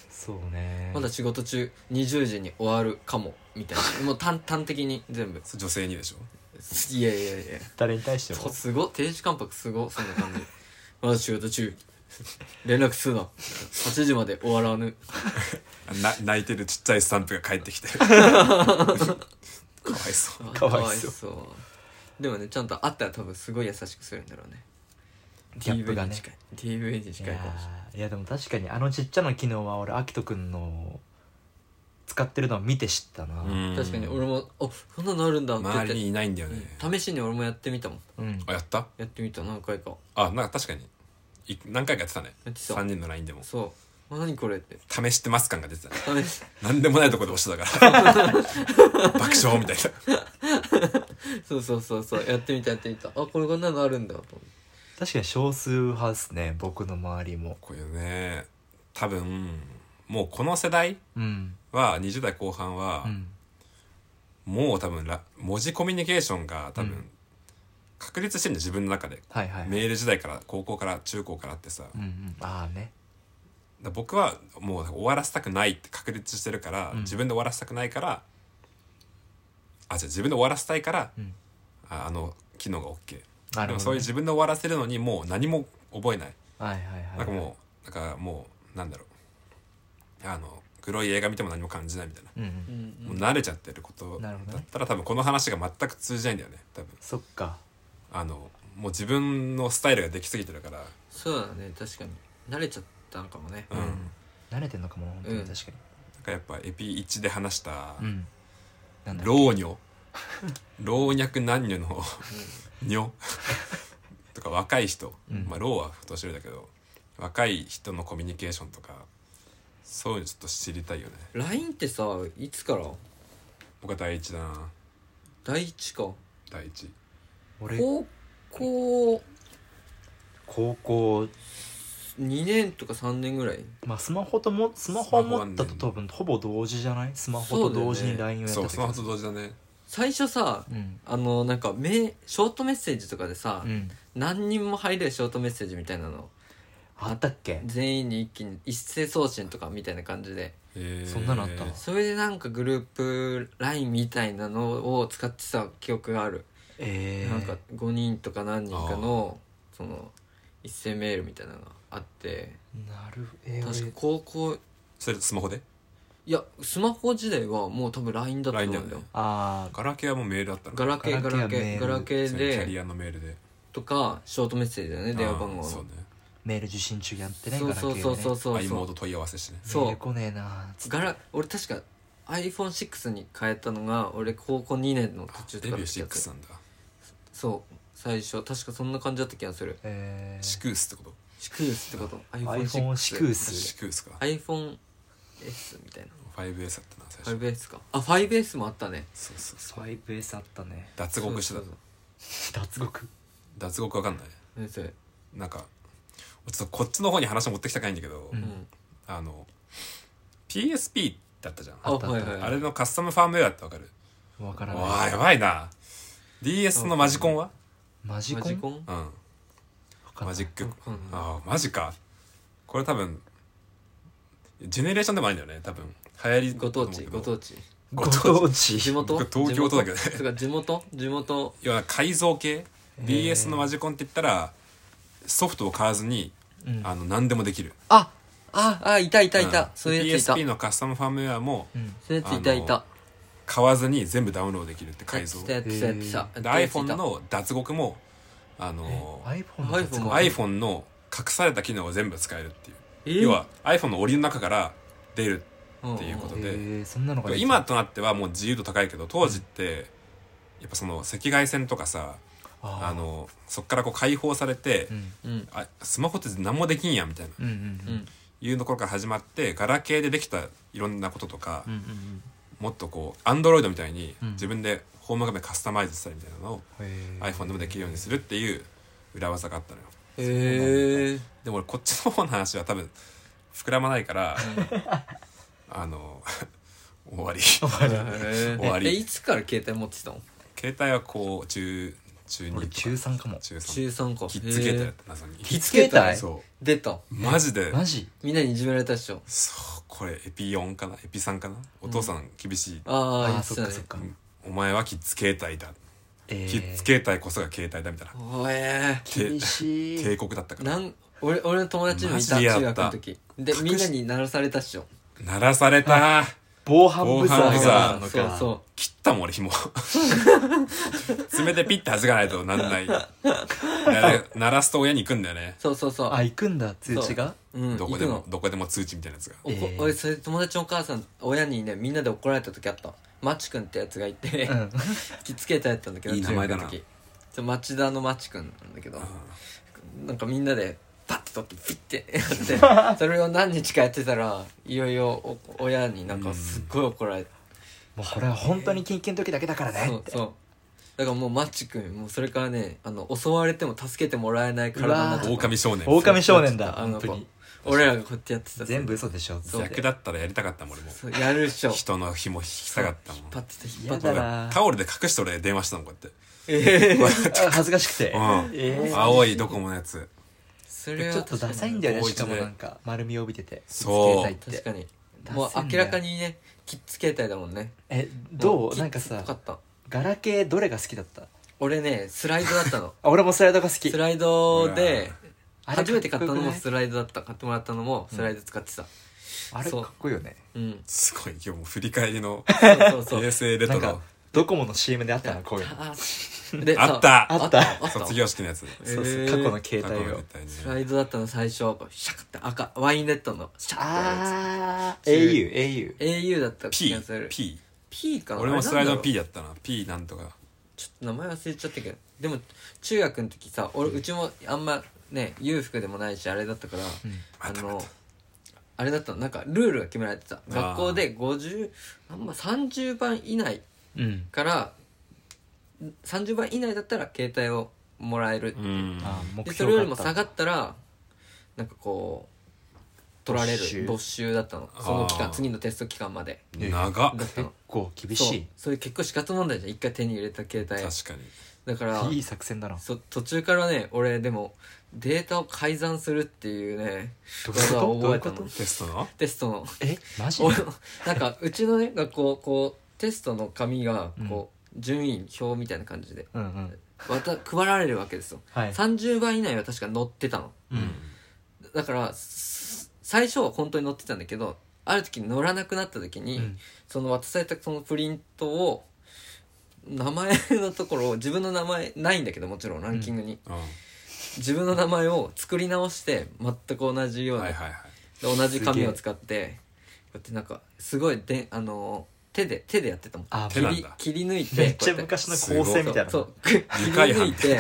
Speaker 1: そうね
Speaker 4: まだ仕事中20時に終わるかもみたいなもう端端的に全部
Speaker 2: それ女性にでしょ
Speaker 4: いやいやいや
Speaker 1: 誰に対して
Speaker 4: そう
Speaker 1: も
Speaker 4: すご停止関白すごそんな感じまだ仕事中連絡するな8時まで終わらぬ
Speaker 2: な泣いてるちっちゃいスタンプが帰ってきて かわいそう
Speaker 4: あ
Speaker 1: かわいそう
Speaker 4: うでもねちゃんと会ったら多分すごい優しくするんだろうね
Speaker 1: ギャップがね
Speaker 4: DV に近い DV に
Speaker 1: い
Speaker 4: 近い
Speaker 1: や
Speaker 4: かもし
Speaker 1: ーいやでも確かにあのちっちゃな機能は俺アキトくんの使ってるのを見て知ったなうん、
Speaker 4: れない確かに俺も「あそんなのあるんだ」って言っ
Speaker 2: 周り
Speaker 4: て
Speaker 2: にいないんだよね、
Speaker 4: 試しに俺もやってみたもん
Speaker 2: あやった
Speaker 4: やってみた何回か
Speaker 2: あなんか確かにい何回かやってたね
Speaker 4: やってた
Speaker 2: 3人の LINE でも
Speaker 4: そ何これって
Speaker 2: 試してます感が出てたね
Speaker 4: 試し
Speaker 2: 何でもないところで押してたから爆笑みたいな
Speaker 4: そうそうそうそうやってみたやってみたあこれこんなのあるんだと思って
Speaker 1: 確かに少数派ですね僕の周りも
Speaker 2: こういうね多分もうこの世代
Speaker 1: うん
Speaker 2: は20代後半は、
Speaker 1: うん
Speaker 2: もう多分ら文字コミュニケーションが多分、
Speaker 1: うん
Speaker 2: 確立してるんだ自分の中で、
Speaker 1: はいはいはい
Speaker 2: メール時代から高校から中高からってさ、
Speaker 1: うんうんああね
Speaker 2: だ僕はもう終わらせたくないって確立してるから、
Speaker 1: うん
Speaker 2: 自分で終わらせたくないからあじゃ自分で終わらせたいから、
Speaker 1: うん
Speaker 2: ああの機能が OK
Speaker 1: な
Speaker 2: で
Speaker 1: るほ
Speaker 2: もそ
Speaker 1: ど
Speaker 2: うい
Speaker 1: ね、
Speaker 2: う自分で終わらせるのにもう何も覚えない、
Speaker 1: はいはいはい
Speaker 2: なんかもうなんかもうなんだろうあの黒い映画見ても何も感じないみたいな、
Speaker 1: う、うん、
Speaker 2: もう慣れちゃってることだ
Speaker 1: なるほどね
Speaker 2: ったら多分この話が全く通じないんだよね多分
Speaker 1: そっか
Speaker 2: あのもう自分のスタイルができすぎてるから
Speaker 4: そうだね確かに慣れちゃったのかもね
Speaker 2: うん、な
Speaker 1: 慣
Speaker 2: ん
Speaker 1: れてんのかも本当に
Speaker 4: うん
Speaker 1: 確かに
Speaker 2: かやっぱエピ1で話した、
Speaker 1: うん、なんだろ
Speaker 2: 老女老若男女の女とか若い人、
Speaker 1: うん
Speaker 2: まあ老は年寄りだけど若い人のコミュニケーションとかそういうのちょっと知りたいよね
Speaker 4: LINE ってさいつから
Speaker 2: 僕は第一だな
Speaker 4: 第一か
Speaker 2: 第一
Speaker 1: う俺
Speaker 4: 高校
Speaker 1: 高校
Speaker 4: 2年とか3年ぐらい
Speaker 1: まあスマホともスマホを持ったと多分ほぼ同時じゃないスマホと同時に
Speaker 4: そうだ
Speaker 1: LINE をやった
Speaker 2: そ
Speaker 1: と
Speaker 2: う
Speaker 1: き
Speaker 2: スマホと同時だね
Speaker 4: 最初さ
Speaker 1: うん
Speaker 4: あのなんかめショートメッセージとかでさ、
Speaker 1: うん
Speaker 4: 何人も入れるショートメッセージみたいなの
Speaker 1: あったっけ
Speaker 4: 全員に一気に一斉送信とかみたいな感じで
Speaker 2: えー
Speaker 1: そんなのあったの
Speaker 4: それでなんかグループ LINE みたいなのを使ってた記憶がある、
Speaker 1: えー、
Speaker 4: なんか5人とか何人かのその一斉メールみたいなのがあって
Speaker 1: なるえー、
Speaker 4: 確か
Speaker 1: 俺
Speaker 4: 高校
Speaker 2: それスマホで
Speaker 4: いやスマホ時代はもう多分 LINE だったと思うん
Speaker 2: LINE だよ
Speaker 4: だよ
Speaker 2: ね
Speaker 1: あ
Speaker 2: ガラケーはもうメールだったの
Speaker 4: ガラケーガ
Speaker 1: ガラ
Speaker 4: ラ
Speaker 1: ケ
Speaker 4: ケ
Speaker 1: ーはメー
Speaker 4: ー
Speaker 1: ル
Speaker 4: ガラケ
Speaker 2: そ
Speaker 4: ー
Speaker 2: のキャリ
Speaker 4: で
Speaker 2: アのメールで
Speaker 4: とかショートメッセージだよね電話番
Speaker 2: あ
Speaker 4: 号
Speaker 2: ー
Speaker 4: の
Speaker 2: そうね
Speaker 1: ーメール受信中やってね
Speaker 4: そうそうそうそ
Speaker 1: そ
Speaker 4: うそう
Speaker 2: i
Speaker 4: そ
Speaker 2: モー
Speaker 4: う
Speaker 2: ド問い合わせしてね
Speaker 1: そうメー
Speaker 4: そう
Speaker 1: ル来ねえなつって
Speaker 4: ガラ俺確か iPhone6 に変えたのが俺高校2年の
Speaker 2: あ
Speaker 4: 途中
Speaker 2: デ
Speaker 4: と
Speaker 2: ビ
Speaker 4: か
Speaker 2: ュー
Speaker 4: だった
Speaker 2: 6なんだ
Speaker 4: そう最初確かそんな感じだった気がする
Speaker 1: え
Speaker 2: シ
Speaker 1: ー、
Speaker 2: クースってこと
Speaker 4: シクースってこと
Speaker 1: iPhone シクース
Speaker 2: シクースか
Speaker 4: iPhoneS みたい
Speaker 2: 5S だったな最
Speaker 4: な
Speaker 2: 初
Speaker 4: 5S かあ 5S もあったね
Speaker 2: そうそうそう
Speaker 1: 5S あったね
Speaker 2: 脱獄してた
Speaker 4: そうそう
Speaker 1: 脱獄
Speaker 2: 脱獄わかんない
Speaker 4: そうねそれ
Speaker 2: なんかちょっとこっちの方に話持ってきたくないんだけど、
Speaker 1: うん
Speaker 4: うん
Speaker 2: あの PSP だったじゃん
Speaker 4: あ
Speaker 2: あ
Speaker 1: ったあった
Speaker 4: はいはいはい
Speaker 2: れのカスタムファームウェアってわかる
Speaker 1: わから
Speaker 2: わ
Speaker 1: な
Speaker 2: あ
Speaker 1: い
Speaker 2: やばいな DS のマジコンは
Speaker 1: マジ
Speaker 4: マ
Speaker 1: コ
Speaker 4: ジ
Speaker 1: ン
Speaker 4: コン
Speaker 2: うん
Speaker 1: わかんない
Speaker 2: マジック
Speaker 4: わかんない
Speaker 2: ああマジかこれ多分ジェネレーションでもあるんだよね多分流行り
Speaker 4: ご当地
Speaker 2: だと
Speaker 4: ご
Speaker 2: 思うけど
Speaker 4: 当地
Speaker 1: ご
Speaker 2: ご
Speaker 1: 当
Speaker 4: 地
Speaker 1: 地
Speaker 4: 元
Speaker 2: 僕東京都だけどね
Speaker 4: 地元つうか地元地元
Speaker 2: 要は改造系 DS のマジコンって言ったらソフトを買わずに、
Speaker 1: うん
Speaker 2: あの何でもできる
Speaker 4: あああいたいたい
Speaker 2: うん
Speaker 4: たそういうやついた
Speaker 2: PSP のカスタムファームウェアも
Speaker 1: うん
Speaker 4: そういうやついたい
Speaker 2: あの
Speaker 4: た
Speaker 2: 買わずに全部ダウンロードできるって改造で
Speaker 4: やってたやってたやってた
Speaker 2: iPhone の脱獄もあの
Speaker 1: iPhone
Speaker 4: え iPhone も
Speaker 2: iPhone の隠された機能を全部使えるっていう、
Speaker 4: えー
Speaker 2: 要は iPhone の檻の中から出る
Speaker 4: っ
Speaker 2: っていうことで、
Speaker 1: えー、そんなのができた
Speaker 2: 今となってはもう自由度高いけど当時ってやっぱその赤外線とかさ
Speaker 1: あー
Speaker 2: あのそっからこう解放されて、
Speaker 1: うん
Speaker 4: うん
Speaker 2: あスマホって何もできんやんみたいな
Speaker 1: うんうん
Speaker 4: う
Speaker 1: うん
Speaker 4: ん
Speaker 2: いうところから始まってガラケーでできたいろんなこととか、
Speaker 1: うんうん
Speaker 2: もっとこうアンドロイドみたいに
Speaker 1: うん
Speaker 2: 自分でホーム画面カスタマイズしたりみたいなのを
Speaker 1: うんへー
Speaker 2: iPhone でもできるようにするっていう裏技があったのよ
Speaker 4: へえ
Speaker 2: でも俺こっちの方の話は多分膨らまないからあの 終わり携終わり
Speaker 4: えいつから携帯持ってたの
Speaker 2: 帯はこう中中2と
Speaker 1: 俺
Speaker 2: か
Speaker 1: 中3かも
Speaker 2: 中
Speaker 4: 中
Speaker 2: 3
Speaker 4: 3か
Speaker 2: キッズ携帯
Speaker 4: へ
Speaker 2: だ
Speaker 4: ー
Speaker 2: った謎に
Speaker 1: キッズ携帯
Speaker 2: そ
Speaker 4: 出た
Speaker 2: うマジで
Speaker 1: マジ
Speaker 4: みんなにいじめられたっしょ
Speaker 2: そうこれエピ4かなエピ3かなお父さん厳しい、
Speaker 4: ああ
Speaker 1: あ
Speaker 4: 言
Speaker 1: あ
Speaker 4: って
Speaker 1: そ
Speaker 4: た
Speaker 1: っ
Speaker 4: ね
Speaker 1: かそっか
Speaker 2: お前はキッズ携帯だ、
Speaker 1: え
Speaker 2: キッズ携帯こそが携帯だみたいな
Speaker 4: おえ
Speaker 2: て
Speaker 1: 厳しい
Speaker 2: 帝国だったから
Speaker 4: なん俺俺の友達にもいた
Speaker 2: マジでやっ
Speaker 4: 中
Speaker 2: た
Speaker 4: 学の時で
Speaker 2: 隠し
Speaker 4: みんなに鳴らされたっしょ
Speaker 2: 鳴らされた
Speaker 1: 防犯ブザーがある
Speaker 4: そ
Speaker 1: の
Speaker 4: う
Speaker 1: か
Speaker 4: そ
Speaker 2: 切ったもん俺紐 爪でピッて弾かないとなんないなら鳴らすと親に行くんだよね
Speaker 4: うそうそうそう
Speaker 1: あ行くんだ通知が
Speaker 4: うん
Speaker 2: どこ
Speaker 4: 行く
Speaker 2: でも
Speaker 4: の
Speaker 2: どこでも通知みたいなやつが
Speaker 4: おこ
Speaker 1: えー
Speaker 4: 俺それ友達のお母さん親にねみんなで怒られた時あったマチ君ってやつがいて
Speaker 1: うん
Speaker 4: きつけたやったんだけど
Speaker 2: いい名前だな
Speaker 4: 中学の時そう町田のマチ君なんだけどなんかみんなでパッと取ってピッて やってそれを何日かやってたらいよいよお親になんかすっごい怒られて、
Speaker 1: もうこれは本当に緊急の時だけだから
Speaker 4: そ
Speaker 1: ね
Speaker 4: うそうだからもうマッチ君もうそれからねあの襲われても助けてもらえない体になっちゃっ
Speaker 2: 狼少年
Speaker 1: 狼少年だ
Speaker 4: あの
Speaker 1: 本
Speaker 4: 子
Speaker 1: 当に
Speaker 4: た俺らがこうやってやってた
Speaker 1: 全部嘘でしょ
Speaker 4: そう
Speaker 2: 逆だったらやりたかったもん俺も
Speaker 4: そうやるでしょ
Speaker 2: 人の紐引き下がったもん
Speaker 4: 引っ張ってた引っ張
Speaker 1: や
Speaker 4: ってた
Speaker 1: だな
Speaker 2: タオルで隠して俺電話したのこうやっ
Speaker 1: ええ恥ずかしくて、
Speaker 2: うん
Speaker 1: え
Speaker 2: て
Speaker 1: え
Speaker 2: 青いドコモのやつ
Speaker 4: それは
Speaker 1: ちょっとダサいんだよねしかもなんか丸みを帯びてて
Speaker 2: そう
Speaker 1: 携帯って
Speaker 4: 確かに
Speaker 1: ダセえんだよ
Speaker 4: もう明らかにねキッズ携帯だもんね
Speaker 1: えど
Speaker 4: も
Speaker 1: う
Speaker 4: キ
Speaker 1: な
Speaker 4: ッ
Speaker 1: んか
Speaker 4: ズっぽか
Speaker 1: さ
Speaker 4: った
Speaker 1: ガラケーどれが好きだった
Speaker 4: 俺ねスライドだ ったの
Speaker 1: あ俺もスライドが好き
Speaker 4: スライドで
Speaker 1: あれ
Speaker 4: 初めて買ったのもス
Speaker 1: かっ
Speaker 4: ライドだった買ってもらったのもスライド使ってた
Speaker 1: こよくないあれ
Speaker 4: そう
Speaker 1: かっこいいよね
Speaker 4: うん
Speaker 2: すごい今日もう振り返りの
Speaker 4: そうそうそう
Speaker 2: 平成レ
Speaker 1: な
Speaker 2: ト
Speaker 1: んか
Speaker 2: ロ
Speaker 1: ドコモの CM であったのこういうの
Speaker 4: あで
Speaker 2: あった
Speaker 4: そ う
Speaker 1: あった
Speaker 4: あった
Speaker 2: 卒業式のやつ
Speaker 4: えー
Speaker 1: そうそう過去の携
Speaker 2: 過去
Speaker 1: 帯
Speaker 2: の
Speaker 1: を
Speaker 4: ス
Speaker 2: 携帯
Speaker 4: ラ
Speaker 2: ね
Speaker 4: イドだったの最初こうシャカって赤ワインレッドのシャカって
Speaker 1: ああ
Speaker 4: ー
Speaker 1: au au
Speaker 4: au だった気がする
Speaker 2: P P
Speaker 4: P かな
Speaker 2: 俺もスライドの P
Speaker 4: あれなんだろう
Speaker 2: やったな P なんとか
Speaker 4: ちょっと名前忘れちゃったけどでも中学の時さ俺うちもあんまね裕福でもないしあれだったからあのあれだったのなんかルールが決められてた
Speaker 2: ー
Speaker 4: 学校で50あんま30番以内
Speaker 1: うん
Speaker 4: から30番以内だったら携帯をもらえる、
Speaker 2: うん
Speaker 1: あー
Speaker 4: で
Speaker 1: 目
Speaker 4: それよ
Speaker 1: 標
Speaker 4: りも下
Speaker 1: だっ
Speaker 4: がったらなんかこう取られ
Speaker 1: 没収
Speaker 4: る没収だったのその期
Speaker 2: あ
Speaker 4: 間
Speaker 2: ー
Speaker 4: 次のテスト期間まで
Speaker 2: 長っ
Speaker 4: だった
Speaker 1: 結
Speaker 4: の
Speaker 1: 構厳
Speaker 4: そ
Speaker 1: し
Speaker 4: うそういう結構死活問題じゃん一回手に入れた携帯
Speaker 2: 確かに
Speaker 4: だから
Speaker 1: いいい作戦だな
Speaker 4: そ途中からね俺でもデータを改ざんするっていうね
Speaker 1: どういう
Speaker 4: 技
Speaker 1: こと
Speaker 4: を
Speaker 1: どう
Speaker 4: 覚
Speaker 1: いう
Speaker 4: え
Speaker 1: こ
Speaker 4: た
Speaker 1: と
Speaker 4: の
Speaker 2: テストの
Speaker 4: テストの
Speaker 1: えマジ
Speaker 4: 俺のなんかうちのね学校こうテストの紙がこう、順位表みたいな感じで
Speaker 1: うんうん
Speaker 4: わた配られるわけですよ
Speaker 1: はい
Speaker 4: 30番以内は確か載ってたの
Speaker 1: うん
Speaker 4: だからす最初は本当に載ってたんだけどある時乗らなくなった時に、
Speaker 1: うん
Speaker 4: その渡されたそのプリントを名前のところを自分の名前ないんだけどもちろんランキングに、
Speaker 2: うん
Speaker 4: 自分の名前を作り直して全く同じように、
Speaker 2: はいはいはい
Speaker 4: で同じ紙を使ってこうやってなんかすごいであのー手で手でやってたもん
Speaker 1: あ
Speaker 2: 手
Speaker 4: 切
Speaker 2: なん
Speaker 4: り
Speaker 2: だ
Speaker 4: 切り抜いて
Speaker 1: めっちゃ
Speaker 4: こうや
Speaker 1: 昔の構成みたいな
Speaker 4: そうそう 切り
Speaker 2: 回
Speaker 4: 抜
Speaker 2: 半
Speaker 4: いて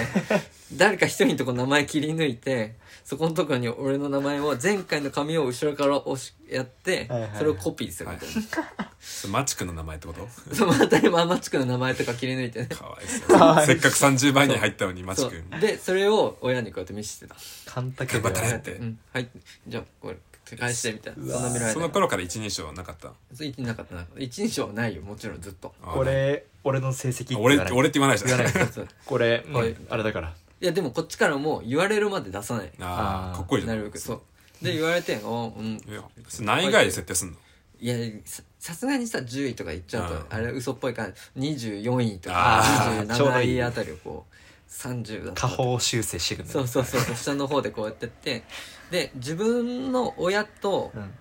Speaker 4: 誰か一人のとこ名前切り抜いてそこのとこに俺の名前を前回の紙を後ろから押しやって、
Speaker 1: はいはいはい
Speaker 4: それをコピーするみたいな、
Speaker 2: それマチ君の名前ってこと
Speaker 4: そのまた今マチ君の名前とか切り抜いてね
Speaker 2: かわい
Speaker 1: かわ
Speaker 2: そ
Speaker 1: いう
Speaker 2: せっかく30倍に入ったのにマチ
Speaker 4: そう
Speaker 2: 君
Speaker 4: でそれを親にこうやって見せてた
Speaker 1: 簡単けど
Speaker 2: 頑張ったねって
Speaker 4: うん、はいじゃあこれ返してみたいな
Speaker 1: うわ
Speaker 4: そんな見られ
Speaker 2: そ
Speaker 4: な
Speaker 2: の
Speaker 4: い
Speaker 2: 頃から一人称はなかった
Speaker 4: そう一日なかったな一人称はないよもちろんずっ と
Speaker 2: あ
Speaker 1: これ俺の成績って言わ
Speaker 2: 俺
Speaker 1: ない
Speaker 2: 俺って言わないじ
Speaker 1: 言
Speaker 2: ゃ
Speaker 1: わ な
Speaker 2: ん
Speaker 1: い
Speaker 4: そうそう
Speaker 1: これ、もう
Speaker 4: はい
Speaker 1: あれだから
Speaker 4: いやでもこっちからもう言われるまで出さない
Speaker 2: あ
Speaker 1: あー
Speaker 2: あかっこいいじゃ
Speaker 4: なんるべくそうで言われて おうん
Speaker 2: いやそれ何位ぐらいで設定すんの
Speaker 4: いやささすがにさ10位とか言っちゃう
Speaker 2: うん
Speaker 4: とあれ嘘っぽいから24位とか
Speaker 2: あ
Speaker 1: ーちょうど
Speaker 4: 27
Speaker 1: いい
Speaker 4: 位あたりをこう30だっ
Speaker 1: 下
Speaker 4: た
Speaker 1: 方修正していくんだ
Speaker 4: そうそうそ うそう下の方でこうやってってで自分の親と
Speaker 1: うん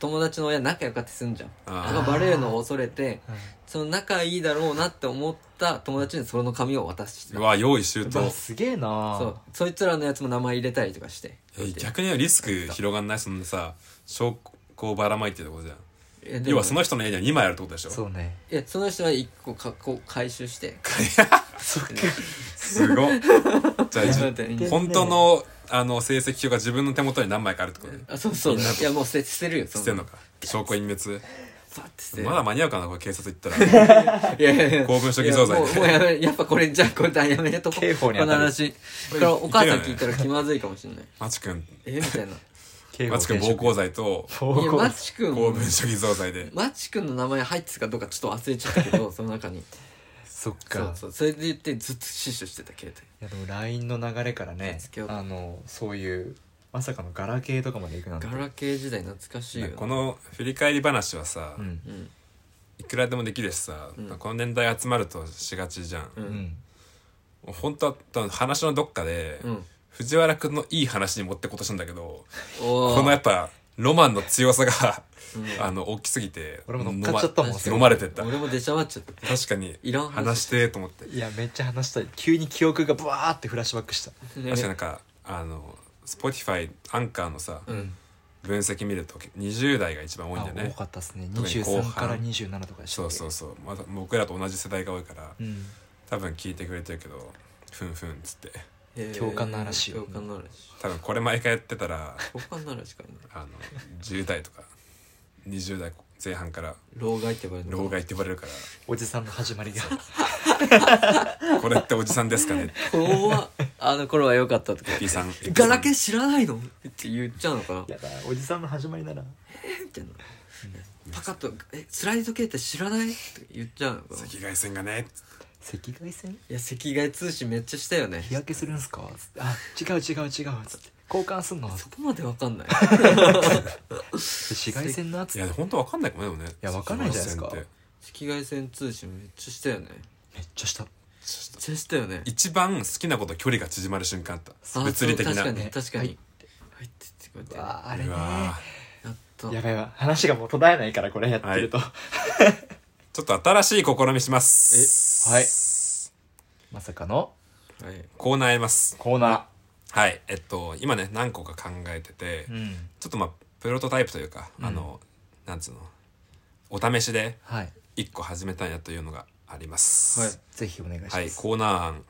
Speaker 4: 友達の親仲良かったりすんじゃん
Speaker 2: あ
Speaker 4: だ
Speaker 2: ー
Speaker 4: からバレるのを恐れて
Speaker 1: うん
Speaker 4: その仲いいだろうなって思った友達にその紙を渡して
Speaker 2: う
Speaker 4: た
Speaker 2: わ用意周
Speaker 1: うわ
Speaker 2: 到
Speaker 1: すげえな
Speaker 4: そうそいつらのやつも名前入れたりとかして
Speaker 2: え逆にリスク広がんないそんなさ証拠をばらまいてるってことじゃん
Speaker 4: えでも
Speaker 2: 要はその人の家には2枚あるってことでしょ
Speaker 1: そうね
Speaker 4: いやその人は1個かこう回 収して
Speaker 2: すごっじゃあ
Speaker 4: 自分で
Speaker 2: じ本当のあの成績表が自分の手元に何枚かあるってことね
Speaker 4: あそうそういやもう捨て捨てるよそ
Speaker 2: 捨てんのか証拠隠滅
Speaker 4: パッて捨てる
Speaker 2: まだ間に合うかなこれ警察行ったら
Speaker 4: いやいやいや
Speaker 2: 公文書偽造罪
Speaker 4: いやもうもうやめやっぱこれじゃあこれだやめとこ
Speaker 1: 刑法に当たる
Speaker 4: この話これお母さん聞いたら気まずいかもしれない
Speaker 2: マチ君
Speaker 4: えみたいな
Speaker 1: 警
Speaker 2: マチ君暴行罪と
Speaker 1: 暴
Speaker 4: いや
Speaker 1: 行
Speaker 4: マチ君
Speaker 2: 公文書偽造罪で
Speaker 4: マチ君の名前入ってたかどうかちょっと忘れちゃったけどその中に
Speaker 1: そっ
Speaker 4: そう
Speaker 1: か
Speaker 4: そうそれで言ってずっと死守してた携
Speaker 1: いやでも LINE の流れからね
Speaker 4: つけよう
Speaker 1: あのそういうまさかのガラケーとかまで行くなんて
Speaker 4: 帯ガラケー時代懐かしいよ
Speaker 2: この振り返り話はさ、
Speaker 1: うん
Speaker 4: うん
Speaker 2: いくらでもできるしさ、
Speaker 4: ん
Speaker 2: この年代集まるとしがちじゃん、
Speaker 4: う
Speaker 1: うんん
Speaker 2: 本当は多分話のどっかで、
Speaker 4: うん
Speaker 2: 藤原君のいい話に持ってこうとしたんだけど
Speaker 4: お
Speaker 2: このや
Speaker 4: ー
Speaker 2: っぱロマンの強さが、あの大きすぎて
Speaker 1: 俺も乗っかっちゃったもん
Speaker 2: 飲
Speaker 1: そ
Speaker 2: ま
Speaker 1: れ
Speaker 2: 飲まれてった
Speaker 4: 俺も出しゃばっちゃった
Speaker 2: 確かに
Speaker 4: いらん話
Speaker 2: 話してと思って
Speaker 1: いやめっちゃ話したい急に記憶がブワーってフラッシュバックした
Speaker 2: 確
Speaker 4: ね
Speaker 2: かになんかあの Spotify アンカーのさ、
Speaker 4: ん
Speaker 2: 分析見ると20代が一番多いん
Speaker 1: あ
Speaker 2: だよ
Speaker 1: 多
Speaker 2: ね
Speaker 1: かったですね
Speaker 2: 特に後
Speaker 1: 23
Speaker 2: 半
Speaker 1: から27とかでした
Speaker 2: そうそうそう、ま、だ僕らと同じ世代が多いから
Speaker 1: うん
Speaker 2: 多分聞いてくれてるけどふんふんっつって
Speaker 4: へー
Speaker 1: 共感の嵐よ
Speaker 4: 共感の嵐
Speaker 2: 多分これ毎回やってたら
Speaker 4: 共感の嵐かな
Speaker 2: あの10代とか20代前半から
Speaker 4: 老害って呼ばれる
Speaker 2: 老害って呼ばれるか
Speaker 1: おじさんの始まりが
Speaker 2: らこれっておじさんですかね
Speaker 4: 怖っ
Speaker 3: あの頃は良かったとか
Speaker 2: P さん
Speaker 4: ガラケー知らないのって言っちゃうのかな
Speaker 1: やだおじさんの始まりなら
Speaker 4: みたいなパカッと「えスライド携帯知らない?」って言っちゃうのかな
Speaker 2: 赤外線がね
Speaker 1: 赤外線
Speaker 4: いや赤外通信めっちゃしたよね
Speaker 1: 日焼けするんすかつってあ違う違う違うつって交換すんのつっ
Speaker 4: そこまでわか んない
Speaker 1: て紫外線のやつ
Speaker 2: いや本当わかんないかもねでもねい
Speaker 1: やわかんないじゃないですか
Speaker 4: 赤外線通信めっちゃしたよねめっ
Speaker 1: めっちゃした
Speaker 2: ちょっと
Speaker 4: ちゃしたよね
Speaker 2: 一番好きな子と距離が縮まる瞬間あった
Speaker 4: あ
Speaker 2: 物理的
Speaker 4: そう
Speaker 2: な
Speaker 4: 確かに確かに、
Speaker 1: はい
Speaker 4: 入ってってこうやって
Speaker 1: わああ
Speaker 2: あ
Speaker 1: れね
Speaker 2: れは
Speaker 4: やった
Speaker 1: やばいわ話がもう途絶えないからこれやってると、
Speaker 2: ちょっと新しい試みします
Speaker 1: えはいまさかの
Speaker 4: はい
Speaker 2: コーナーやります
Speaker 1: コーナ
Speaker 2: はいえっと今ね何個か考えてて、
Speaker 1: ーうん
Speaker 2: ちょっとまあプロトタイプというか、あのなんつうのお試しで
Speaker 1: はい
Speaker 2: 一個始めたんやというのがあります
Speaker 4: はい
Speaker 1: ぜひお願いします、
Speaker 2: はい、コーナー案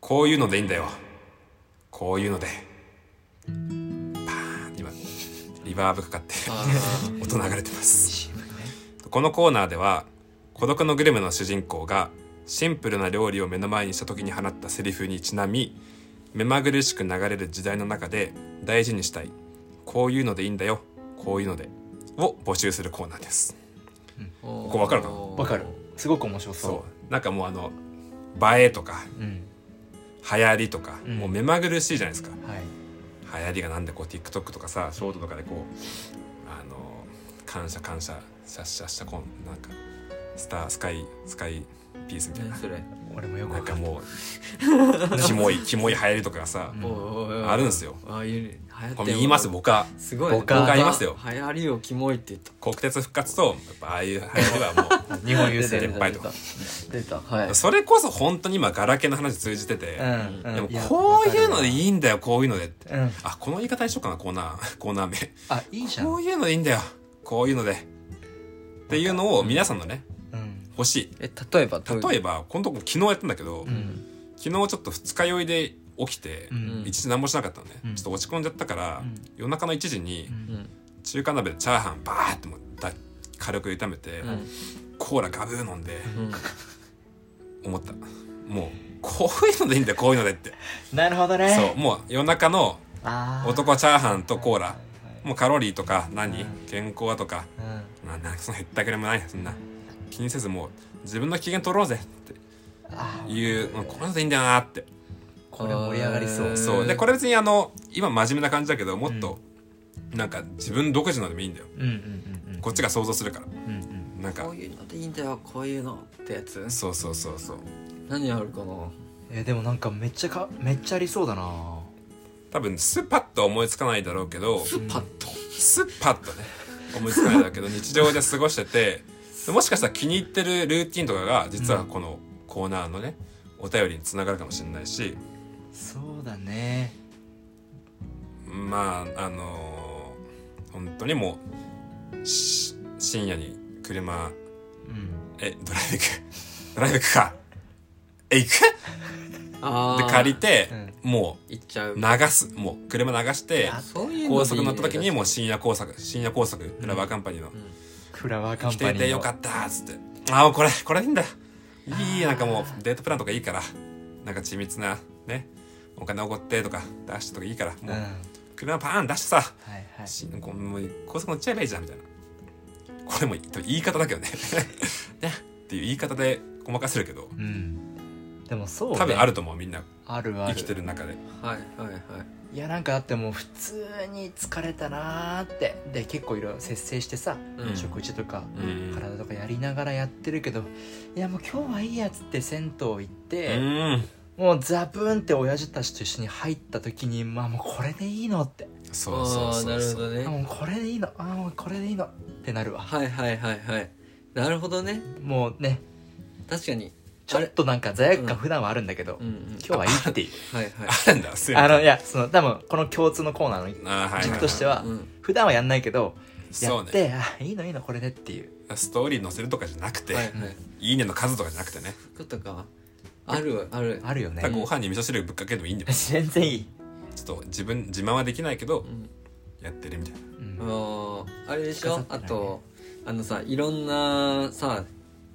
Speaker 2: こういうのでいいんだよこういうのでパーンって今リバーブかかって
Speaker 4: あ
Speaker 2: 音流れてます
Speaker 1: シンプルね
Speaker 2: このコーナーでは孤独のグルメの主人公がシンプルな料理を目の前にした時に放ったセリフにちなみ目まぐるしく流れる時代の中で大事にしたいこういうのでいいんだよこういうのでを募集するコーナーです
Speaker 4: こ
Speaker 2: こわかるかな
Speaker 1: わかるすごく面白そう
Speaker 2: そうなんかもうあの映えとか
Speaker 1: うん
Speaker 2: 流行りとか、
Speaker 1: うん
Speaker 2: もう目まぐるしいじゃないですか
Speaker 1: はい
Speaker 2: 流行りがなんでこう TikTok とかさショートとかでこうあの感謝感謝シャッシャッシャこんなんかスタースカイスカイピースみたいな
Speaker 4: それ
Speaker 1: 俺もよく
Speaker 2: な
Speaker 1: わ
Speaker 2: ん
Speaker 1: か
Speaker 2: か
Speaker 1: る
Speaker 2: もうキモいキモい流行りとかがさ、
Speaker 1: うん
Speaker 4: おいおいおい
Speaker 2: あるんすよ
Speaker 4: あいる流行って
Speaker 2: これ言います僕は
Speaker 4: すごいね
Speaker 1: 僕は
Speaker 4: 僕は
Speaker 2: 言いますよ
Speaker 4: 流行りをキモいって言った
Speaker 2: 国鉄復活とやっぱああいう流行りはも
Speaker 1: 日本郵
Speaker 2: 出
Speaker 1: 政
Speaker 2: てる
Speaker 1: の
Speaker 2: ぱいとか
Speaker 4: 出たはいう
Speaker 2: それこそ本当に今ガラケーの話通じてて、
Speaker 1: うんうん
Speaker 2: でも
Speaker 1: いや
Speaker 2: こういう
Speaker 1: わ
Speaker 2: の
Speaker 1: か
Speaker 2: で
Speaker 1: る
Speaker 2: いいんだよこういうのでって
Speaker 1: わうん
Speaker 2: あこの言い方にしようかなコーナー コーナー名
Speaker 1: あいいじゃん
Speaker 2: こういうのでいいんだよこういうのでっていうのを皆さんのね
Speaker 1: うん
Speaker 2: 欲し
Speaker 4: え例えば
Speaker 2: い例えばこのとこ昨日やったんだけど、
Speaker 1: うん
Speaker 2: 昨日ちょっと二日酔いで起きて、
Speaker 1: うん
Speaker 2: 一時何もしなかったのね、
Speaker 1: うん
Speaker 2: ちょっと落ち込んじゃったから、
Speaker 1: うん
Speaker 2: 夜中の1時に
Speaker 1: うん
Speaker 2: 中華鍋でチャーハンバーってもうだ軽く炒めて、
Speaker 4: うん
Speaker 2: コーラガブー飲んで
Speaker 4: うん
Speaker 2: 思ったもうこういうのでいいんだよこういうのでって
Speaker 1: なるほどね
Speaker 2: そうもう夜中の
Speaker 1: あー
Speaker 2: 男はチャーハンとコーラ
Speaker 1: はい
Speaker 2: もうカロリーとか何
Speaker 1: うん
Speaker 2: 健康はとか
Speaker 1: はいはい
Speaker 2: なんなんかその減ったくれもないそんな気にせずもう自分の機嫌取ろうぜっ
Speaker 1: うんあ
Speaker 2: て
Speaker 1: ー
Speaker 2: いうもうこういうのでいいんだよなって
Speaker 1: これ盛り上がりそう
Speaker 4: へー
Speaker 2: そうでこれ別にあの今真面目な感じだけどもっとなんか自分独自のでもいいんだよ
Speaker 1: うんうんうんうん
Speaker 2: こっちが想像するから
Speaker 1: うんうん
Speaker 2: なんか
Speaker 4: こういうのでいいんだよこういうのってやつ
Speaker 2: そうそうそうそう
Speaker 4: 何あるかな
Speaker 1: えーでもなんかめっちゃかめっちゃありそうだな
Speaker 2: 多分スパッとは思いつかないだろうけど
Speaker 4: スパッと
Speaker 2: スパッとね思いつかないだろうけど日常で過ごしててでもしかしたら気に入ってるルーティンとかが実はこのコーナーのねお便りにつながるかもしれないし
Speaker 1: そうだね
Speaker 2: まああのー本当にもうし深夜に車
Speaker 1: うん
Speaker 2: えドライブ行くドライブ行くかえ行く
Speaker 4: あ
Speaker 2: って借りて、も
Speaker 4: 行っちゃ
Speaker 2: う
Speaker 4: う
Speaker 2: 流すもう車流して
Speaker 1: あ
Speaker 4: そういうの
Speaker 2: 高速乗った時にもう
Speaker 4: う
Speaker 2: 深夜工作深夜工作フラワーカンパニーの
Speaker 1: フラワーカンパ
Speaker 2: 来て
Speaker 1: ニー
Speaker 2: てよかったっつってああこれこれいいんだいいなんかもうデートプランとかいいからなんか緻密なねお金おごってとか出してとかいいから
Speaker 1: うん
Speaker 2: もう
Speaker 1: はい
Speaker 2: 車パーン出してさ
Speaker 1: はい
Speaker 2: しこうもう高速乗っちゃえばいいじゃんみたいなこれも言い方だけど ねねっていう言い方でごまかせるけど
Speaker 1: うんでもそうね
Speaker 2: 多分あると思うみんな
Speaker 1: あるあ
Speaker 2: 生
Speaker 1: る
Speaker 2: きてる中で
Speaker 4: はいはいはい
Speaker 1: いやなんかだってもう普通に疲れたなーってで結構いろいろ節制してさ、
Speaker 4: うん
Speaker 1: 食事とか
Speaker 2: うん
Speaker 1: 体とかやりながらやってるけどいやもう今日はいいやつって銭湯行っ
Speaker 2: う
Speaker 1: て、
Speaker 2: ん
Speaker 1: もうザブーンって親父たちと一緒に入った時にまあもうこれでいいのって
Speaker 2: そうそう
Speaker 4: あーな
Speaker 2: そう
Speaker 4: る
Speaker 2: そ
Speaker 4: ほど
Speaker 1: あ
Speaker 2: う
Speaker 4: ね
Speaker 1: もうこれでいいのあもうこれでいいのってなるわ
Speaker 4: はいはいはいはいなるほどね
Speaker 1: もうね
Speaker 4: 確かに
Speaker 1: ちょっとなんか罪悪
Speaker 4: あれ
Speaker 1: 感普段はあるんだけど、
Speaker 4: うんうん
Speaker 1: 今日はいいっていう
Speaker 4: はいはい
Speaker 2: あるんだすいま
Speaker 1: あ
Speaker 2: せん
Speaker 1: のいやその多分この共通のコーナーの
Speaker 2: あーはい
Speaker 1: 軸として
Speaker 2: は
Speaker 1: は
Speaker 4: うん
Speaker 1: 普段はやんないけど
Speaker 2: いはい
Speaker 1: や
Speaker 2: そう
Speaker 1: っ
Speaker 2: ね
Speaker 1: てあいいのいいのこれでっていう
Speaker 2: ストーリー載せるとかじゃなくて、
Speaker 4: はい
Speaker 2: い
Speaker 4: はい
Speaker 2: いねの数とかじゃなくてね
Speaker 4: ことかあるわある
Speaker 1: あるよね
Speaker 2: だからご飯に味噌汁ぶっかけてもいいんだよ
Speaker 1: 全然いい、
Speaker 2: ちょっと自分自慢はできないけど
Speaker 4: ん
Speaker 2: やってるみたいな
Speaker 1: うん
Speaker 4: あのあれでし
Speaker 1: 飾
Speaker 4: ょ
Speaker 1: ってな
Speaker 4: あ
Speaker 1: いね
Speaker 4: とあのさいろんなさ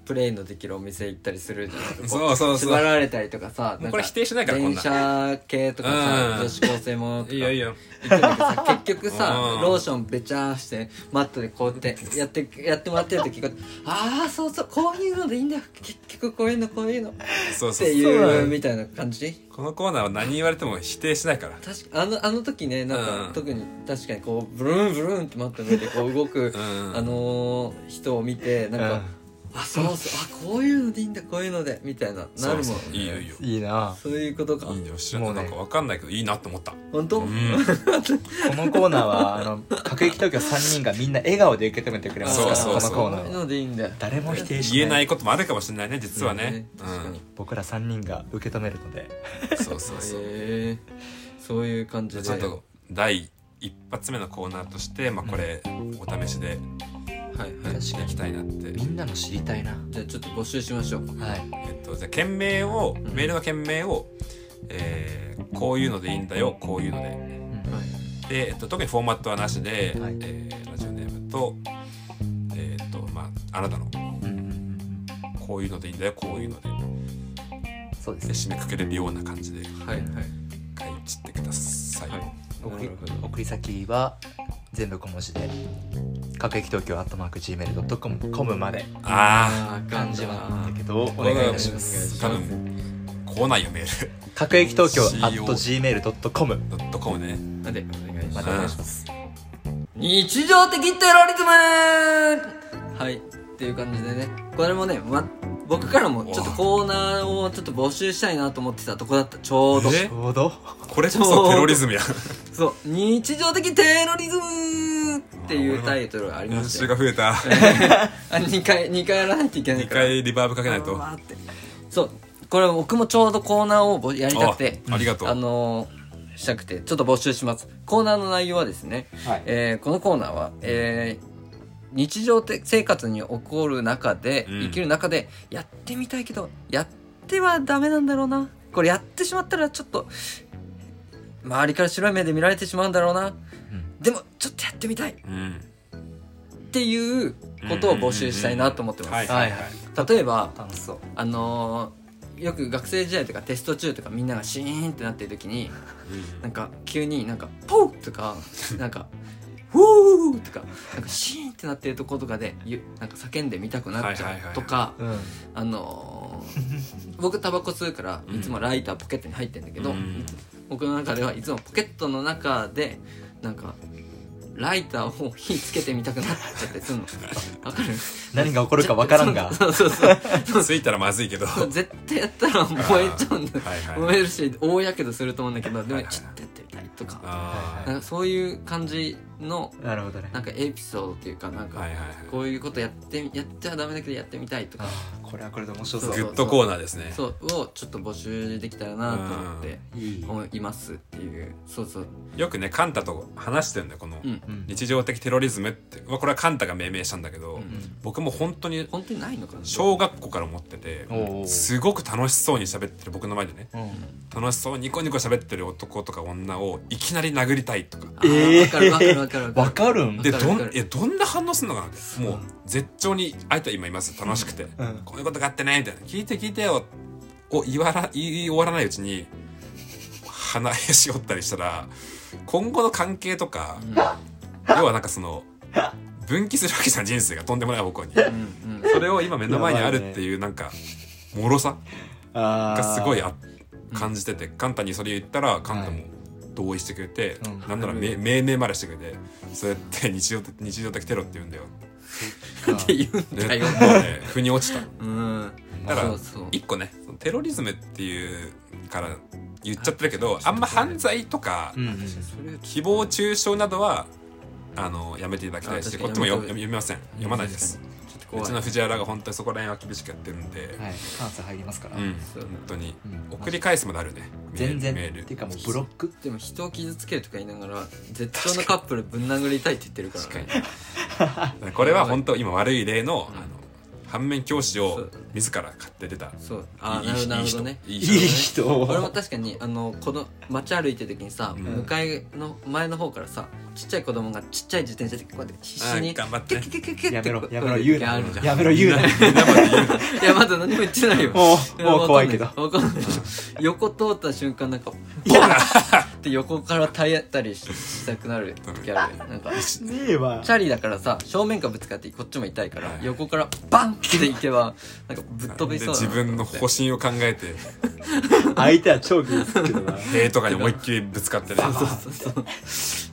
Speaker 4: プレイのできるお店行ったりするじゃないで すか
Speaker 2: そうそうそう
Speaker 4: 縛られたりとかさ
Speaker 2: もうこれ否定しないからこん
Speaker 4: 電
Speaker 2: なん
Speaker 4: 車系とかさ
Speaker 2: うん
Speaker 4: 女子高生ものとか
Speaker 2: いいよいいよ
Speaker 4: 行くんだ けどさ結局さ
Speaker 2: うん
Speaker 4: ローションべちゃーしてマットでこうやってやってやってもらってる時がああそうそうこういうのでいいんだよ結局こういうのこういうのっ
Speaker 2: そうそう
Speaker 4: て
Speaker 2: そう
Speaker 4: いうみたいな感じ
Speaker 2: このコーナーは何言われても否定しないから
Speaker 4: 確かあのあの時ねなんか、
Speaker 2: うん
Speaker 4: 特に確かにこうブルーンブルーンってマットの上でこう動く、
Speaker 2: ん
Speaker 4: あのー人を見てなんか、あそうそうあこういうのでいいんだこういうのでみたいななるもん
Speaker 2: そうそういいよいいよ
Speaker 1: うんいいな
Speaker 4: そういうことか
Speaker 2: いいよ知らん
Speaker 1: もうね
Speaker 2: なんかわかんないけどいいなと思った
Speaker 4: 本当、
Speaker 2: うん
Speaker 1: このコーナーはあの各駅東京3人がみんな笑顔で受け止めてくれますから
Speaker 2: そうそうそう
Speaker 1: このコ
Speaker 4: こう
Speaker 1: ーナ
Speaker 4: いう
Speaker 1: ーは
Speaker 4: のでいいんだよ
Speaker 1: 誰も否定しない
Speaker 2: 言えないこともあるかもしれないね実はね
Speaker 4: うん確かに
Speaker 1: 僕ら3人が受け止めるので
Speaker 2: うんそうそうそう
Speaker 4: へえそういう感じ
Speaker 2: じゃ
Speaker 4: で
Speaker 2: あちょっと第一発目のコーナーとして、まあ、これお試しで
Speaker 4: はいはい
Speaker 2: やっていきたいなって
Speaker 1: みんなの知りたいな
Speaker 4: じゃあちょっと募集しましょう
Speaker 1: はい
Speaker 2: えっと、じゃあ件名を
Speaker 4: ん
Speaker 2: メールの件名を、えーこういうのでいいんだよこういうのでで、えっと、特にフォーマットはなしで、
Speaker 1: はい
Speaker 2: えーラジオネームと,、えーっとまあ、あなたの
Speaker 1: うん
Speaker 2: こういうのでいいんだよこういうので
Speaker 1: そうで
Speaker 2: です
Speaker 1: ね
Speaker 2: 締めくくれるような感じで
Speaker 4: はいはい
Speaker 2: 書いちってください、
Speaker 1: 送
Speaker 4: な
Speaker 1: り
Speaker 4: るほど
Speaker 1: 送り先は全部小文字で各駅東京アットマーク Gmail.com まで
Speaker 2: あ
Speaker 4: あー
Speaker 1: 漢字はなんだけどお
Speaker 2: ー
Speaker 1: 願いいたしま
Speaker 4: お願い
Speaker 1: す
Speaker 4: し
Speaker 2: 多分来ないよメール
Speaker 1: 各駅東京ア
Speaker 2: CO
Speaker 1: ット Gmail.com
Speaker 2: ドットコムね
Speaker 4: なんでお願いし
Speaker 1: ま
Speaker 4: ます
Speaker 1: でお願いします
Speaker 4: 日常的テロリズムはいっていう感じでねこれもね、ま、僕からもちょっとコーナーをちょっと募集したいなと思ってたとこだったちょうど
Speaker 2: え
Speaker 1: ちょうど
Speaker 2: これこそテロリズムや
Speaker 4: そう「日常的テロリズム」っていうタイトルがありま
Speaker 2: 練
Speaker 4: して
Speaker 2: 習が増えた
Speaker 4: あ2回2回やらないといけない
Speaker 2: 2
Speaker 4: から
Speaker 2: 回リバーブかけないと
Speaker 4: わーってそうこれ僕もちょうどコーナーをぼやりたくて
Speaker 2: あありがとう
Speaker 4: あのーしたくてちょっと募集しますコーナーの内容はですね、
Speaker 1: はい
Speaker 4: えーこのコーナーは、えー日常的生活に起こる中で、
Speaker 2: うん
Speaker 4: 生きる中でやってみたいけどやってはダメなんだろうなこれやってしまったらちょっと周りから白い目で見られてしまうんだろうな、でもちょっとやってみたいっ
Speaker 2: うん
Speaker 4: ていうことを募集したいなと思ってます、
Speaker 1: はいはい
Speaker 4: 例えば
Speaker 1: 楽しそう
Speaker 4: あのーよく学生時代とかテスト中とかみんながシーンってなってる時になんか急になんか「ポー!」とかなんか「フォー!」とかなんかシーンってなってるとことかでゆなんか叫んでみたくなっち
Speaker 2: はいはい
Speaker 4: ゃ
Speaker 2: はいはいう
Speaker 4: とか
Speaker 1: うん
Speaker 4: あのー僕タバコ吸うからいつもライターポケットに入ってんだけど、
Speaker 2: うん
Speaker 4: 僕の中ではいつもポケットの中でなんかライターを火つけてみたくなっちゃってすんのわかる
Speaker 1: 何が起こるかわからんが
Speaker 4: そうそうそう
Speaker 2: ついたらまずいけど
Speaker 4: そう絶対やったら燃えちゃうんだよ、
Speaker 2: はいはい
Speaker 4: 燃えるし大やけどすると思うんだけどでも
Speaker 2: はいはい
Speaker 4: ちょっとやってみたいとか
Speaker 2: あ
Speaker 4: なんかそういう感じの
Speaker 1: なるほどね
Speaker 4: なんかエピソードっていうかなん
Speaker 2: あは
Speaker 4: か
Speaker 2: いはいはい
Speaker 4: こういうことやってやってはダメだけどやってみたいとか
Speaker 1: あーこれはこれで面白
Speaker 4: そ
Speaker 1: そうう
Speaker 2: グッドコーナーですね
Speaker 4: そうをちょっと募集できたらなと思って
Speaker 1: いい
Speaker 4: 思いますっていうそうそう
Speaker 2: よくねカンタと話してるんだよこの
Speaker 4: うん
Speaker 1: うん
Speaker 2: 日常的テロリズムってまあこれはカンタが命名したんだけど
Speaker 4: ん
Speaker 2: 僕も本当に
Speaker 4: 本当にないのかな
Speaker 2: 小学校から思ってて
Speaker 1: おー
Speaker 2: すごく楽しそうに喋ってる僕の前でね
Speaker 1: うん
Speaker 2: 楽しそうにニコニコ喋ってる男とか女をいきなり殴りたいとか
Speaker 4: あーわかるわかるわかる
Speaker 1: わかるん
Speaker 2: で
Speaker 4: わかる
Speaker 2: ど
Speaker 4: わ
Speaker 2: ん
Speaker 4: かる
Speaker 2: えどんな反応するのかなってもう絶頂にあいと今います楽しくて、
Speaker 1: うん
Speaker 2: こういうことがあってねみたいな聞いて聞いてよを言わら言い終わらないうちに鼻へし折ったりしたら今後の関係とか、要はなんかその分岐するわけじゃん人生がとんでもない方向に
Speaker 4: うんうん
Speaker 2: それを今目の前にあるっていうなんか脆さ
Speaker 1: あ
Speaker 2: が
Speaker 1: ー
Speaker 2: すごいあ感じてて簡単にそれ言ったらカンタ
Speaker 1: は
Speaker 2: も
Speaker 1: い
Speaker 2: 同意してくれて、
Speaker 1: うん
Speaker 2: なんならめ命名までしてくれてそうやって 日常的日常的テロって言うんだよ
Speaker 4: って言うん
Speaker 2: で
Speaker 4: だよ
Speaker 2: もうね腑に落ちた
Speaker 4: うん
Speaker 2: だから
Speaker 4: そうそう
Speaker 2: 一個ねそのテロリズムっていうから言っちゃってるけどあんま犯罪とか
Speaker 1: うんうん
Speaker 4: それ
Speaker 2: 誹謗中傷などはあのやめていただきたい
Speaker 4: あ
Speaker 2: し
Speaker 4: 確
Speaker 2: こっ
Speaker 4: かに
Speaker 2: ちもよ
Speaker 4: や
Speaker 2: 読
Speaker 4: めとく
Speaker 2: みません読まないです
Speaker 4: ちょっと
Speaker 2: う
Speaker 4: 怖
Speaker 2: ち
Speaker 4: い
Speaker 2: の藤原が本当にそこら辺は厳しくやってるんで、
Speaker 1: はい関西入りますから
Speaker 2: うん
Speaker 4: そう
Speaker 2: 本当に
Speaker 1: うん
Speaker 2: 送り返すまであるねメール
Speaker 1: 全然
Speaker 2: メ
Speaker 1: っ
Speaker 2: ー
Speaker 1: て
Speaker 2: ル
Speaker 1: いうかもうブロック
Speaker 4: でも人を傷つけるとか言いながら絶頂のカップルぶん殴りたいって言ってるからね
Speaker 2: これは本当今悪い例のあの反面教師
Speaker 4: そ
Speaker 2: を
Speaker 4: うだね
Speaker 2: 自ら買って出た
Speaker 4: そうあ
Speaker 2: い
Speaker 4: ー
Speaker 2: い
Speaker 4: なるほどな
Speaker 2: い人
Speaker 4: いるほどね
Speaker 2: いい
Speaker 1: いい人を
Speaker 4: 俺も確かにあのこの街歩いてる時にさ、
Speaker 2: うん
Speaker 4: 向かいの前の方からさちっちゃい子供がちっちゃい自転車でこうやって必死
Speaker 2: あー
Speaker 4: に
Speaker 2: 頑張って
Speaker 4: キュッキュッキュッキュッ
Speaker 1: や
Speaker 4: って
Speaker 1: めろ
Speaker 4: こ
Speaker 1: やめろ
Speaker 4: こ
Speaker 1: 言う
Speaker 4: や
Speaker 1: な
Speaker 4: るじゃん
Speaker 1: やめろ言うな
Speaker 4: ないやまだ何も言ってないよ
Speaker 1: もう
Speaker 4: や
Speaker 1: もう怖いけど
Speaker 4: わかんないでしょ横通った瞬間なんか
Speaker 1: いや
Speaker 4: で横から体当たりししたくなる時あるよなんかチ
Speaker 1: ねえわ
Speaker 4: ャリだからさ正面からぶつかってこっちも痛いから
Speaker 2: はい
Speaker 4: 横からバンっていけばなんかぶっ飛び
Speaker 2: で
Speaker 4: そうだ
Speaker 2: 自
Speaker 4: な
Speaker 2: 分の方針を考えて
Speaker 1: 相手は超グーですけどな
Speaker 2: 塀とかに思いっきりぶつかってね
Speaker 4: そうそうそう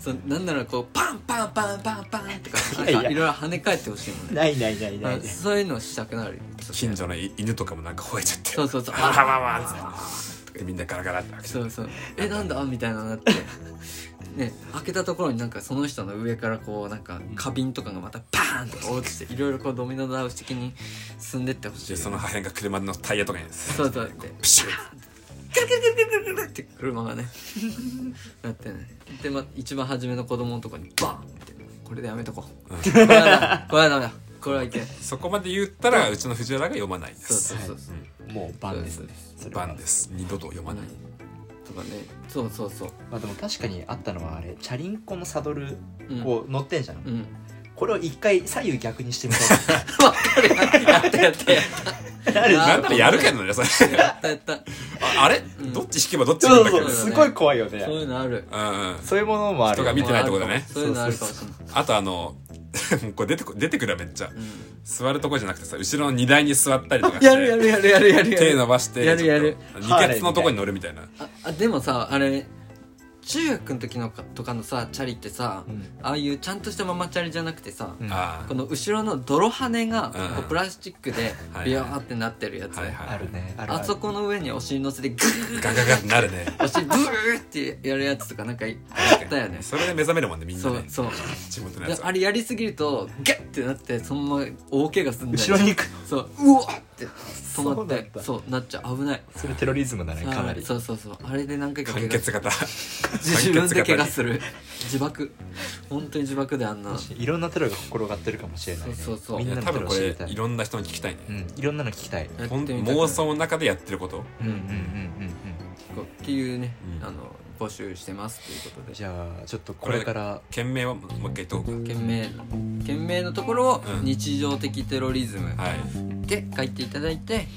Speaker 4: そうなんならこうパンパンパンパンパンとかなんか
Speaker 1: い
Speaker 4: い
Speaker 1: やいや
Speaker 4: ろいろ跳ね返ってほしいもんね
Speaker 1: ないないないない
Speaker 4: あそういうのしたくなるよちょっ
Speaker 2: 近所のい犬とかもなんか吠えちゃって
Speaker 4: そうそうそう
Speaker 2: わわわわってでみんなガラガラって開
Speaker 4: と
Speaker 2: けて
Speaker 4: そうそうえなんだみたいなのになって ね開けたところになんかその人の上からこうなんか花瓶とかがまたパーンとか落ちていろいろこうドミノ倒し的に進んでってほしい
Speaker 2: でその破片が車のタイヤとかに
Speaker 4: そうそうで
Speaker 2: ピシュッ
Speaker 4: ガラガラガラガラガラって車がねなってねで、ま、一番初めの子供のとこにバーンってこれでやめとこう、これはダメこれはダメだこれはいけん
Speaker 2: そこまで言ったらうちの藤原が読まないで
Speaker 4: そう
Speaker 2: す
Speaker 4: そうそうそう
Speaker 1: もう番ですねそれは
Speaker 2: 番です二度と読まない
Speaker 4: とかねそうそうそう
Speaker 1: まあでも確かにあったのはあれチャリンコのサドル
Speaker 4: うん
Speaker 1: こう乗ってんじゃん、
Speaker 4: うん
Speaker 1: これを一回左右逆にしてみた
Speaker 4: わかるやったやったやった
Speaker 1: いなるじゃ
Speaker 4: あ
Speaker 1: ん
Speaker 2: な
Speaker 4: ー
Speaker 2: んならやるけどねそれ
Speaker 4: やったやった
Speaker 2: ああれ
Speaker 4: ん
Speaker 2: どっち引けばどっち行
Speaker 1: そ
Speaker 2: く
Speaker 1: うんそう
Speaker 2: だけど
Speaker 1: すごい怖いよね
Speaker 4: そういうのある
Speaker 2: うんうん
Speaker 1: そういうものもある
Speaker 2: 人が見てないとこだね
Speaker 4: そういうのあるかもしれない
Speaker 2: あとあの もうこれ出てこ出てくるわめっちゃ座るとこじゃなくてさ後ろの荷台に座ったりとかして
Speaker 4: やるやるやるやるやる
Speaker 2: 手伸ばして
Speaker 4: やるやる
Speaker 2: ちょっと二ケツのとこに乗るみたいな
Speaker 4: ああでもさあれ中学の時のかとかのさチャリってさ、
Speaker 1: うん
Speaker 4: ああいうちゃんとしたママチャリじゃなくてさ、
Speaker 1: うん
Speaker 2: あ
Speaker 4: この後ろの泥跳ねが
Speaker 2: うん
Speaker 4: こうプラスチックで
Speaker 2: はい
Speaker 4: ビヨーってなってるやつ、
Speaker 2: あはいは
Speaker 1: あ
Speaker 2: い
Speaker 1: るねあるある
Speaker 4: あそこの上にお尻乗せてグー
Speaker 2: ガガガってな るね
Speaker 4: お尻ブーってやるやつとかなんかあったよね
Speaker 2: それで目覚めるもんねみんな
Speaker 4: そう
Speaker 2: ね
Speaker 4: そう
Speaker 2: 地元のや
Speaker 4: で
Speaker 2: つ
Speaker 4: あれやりすぎるとギャッてなってそのまま大怪我するんだよ
Speaker 1: 後ろに行く
Speaker 4: そううわっって止ま
Speaker 1: そう
Speaker 4: っ
Speaker 1: なん
Speaker 4: て
Speaker 1: だ
Speaker 4: そうなっちゃう危ない
Speaker 1: それテロリズムだねかなり
Speaker 4: あそうそうそうあれで何回か怪
Speaker 2: 完
Speaker 4: 我
Speaker 2: 結型
Speaker 4: 自分で怪
Speaker 2: 完結
Speaker 4: 我
Speaker 2: 型
Speaker 4: する自爆本当に自爆であんな
Speaker 1: 確かにいろんなテロが転がってるかもしれないね
Speaker 4: そうそうそう
Speaker 1: み
Speaker 2: にい
Speaker 1: ん
Speaker 2: や
Speaker 1: なのテ
Speaker 2: 多分
Speaker 1: ロ
Speaker 2: こ
Speaker 1: 知り
Speaker 2: れ
Speaker 1: たい
Speaker 2: いろんな人に聞きたいね
Speaker 1: うんいろんなの聞きたい
Speaker 4: やって
Speaker 2: ほん
Speaker 4: みたくなる
Speaker 2: 妄想の中でやってること
Speaker 1: うんうんうんうん
Speaker 4: こうっていうね、
Speaker 2: うん
Speaker 4: あの募集してますということ
Speaker 1: うん
Speaker 4: で
Speaker 1: じゃあちょっとこれから
Speaker 2: 件名はもう一回言っとこう
Speaker 4: 件名件名のところを
Speaker 2: うん
Speaker 4: 日常的テロリズム
Speaker 2: かはい
Speaker 4: で書いていただいて、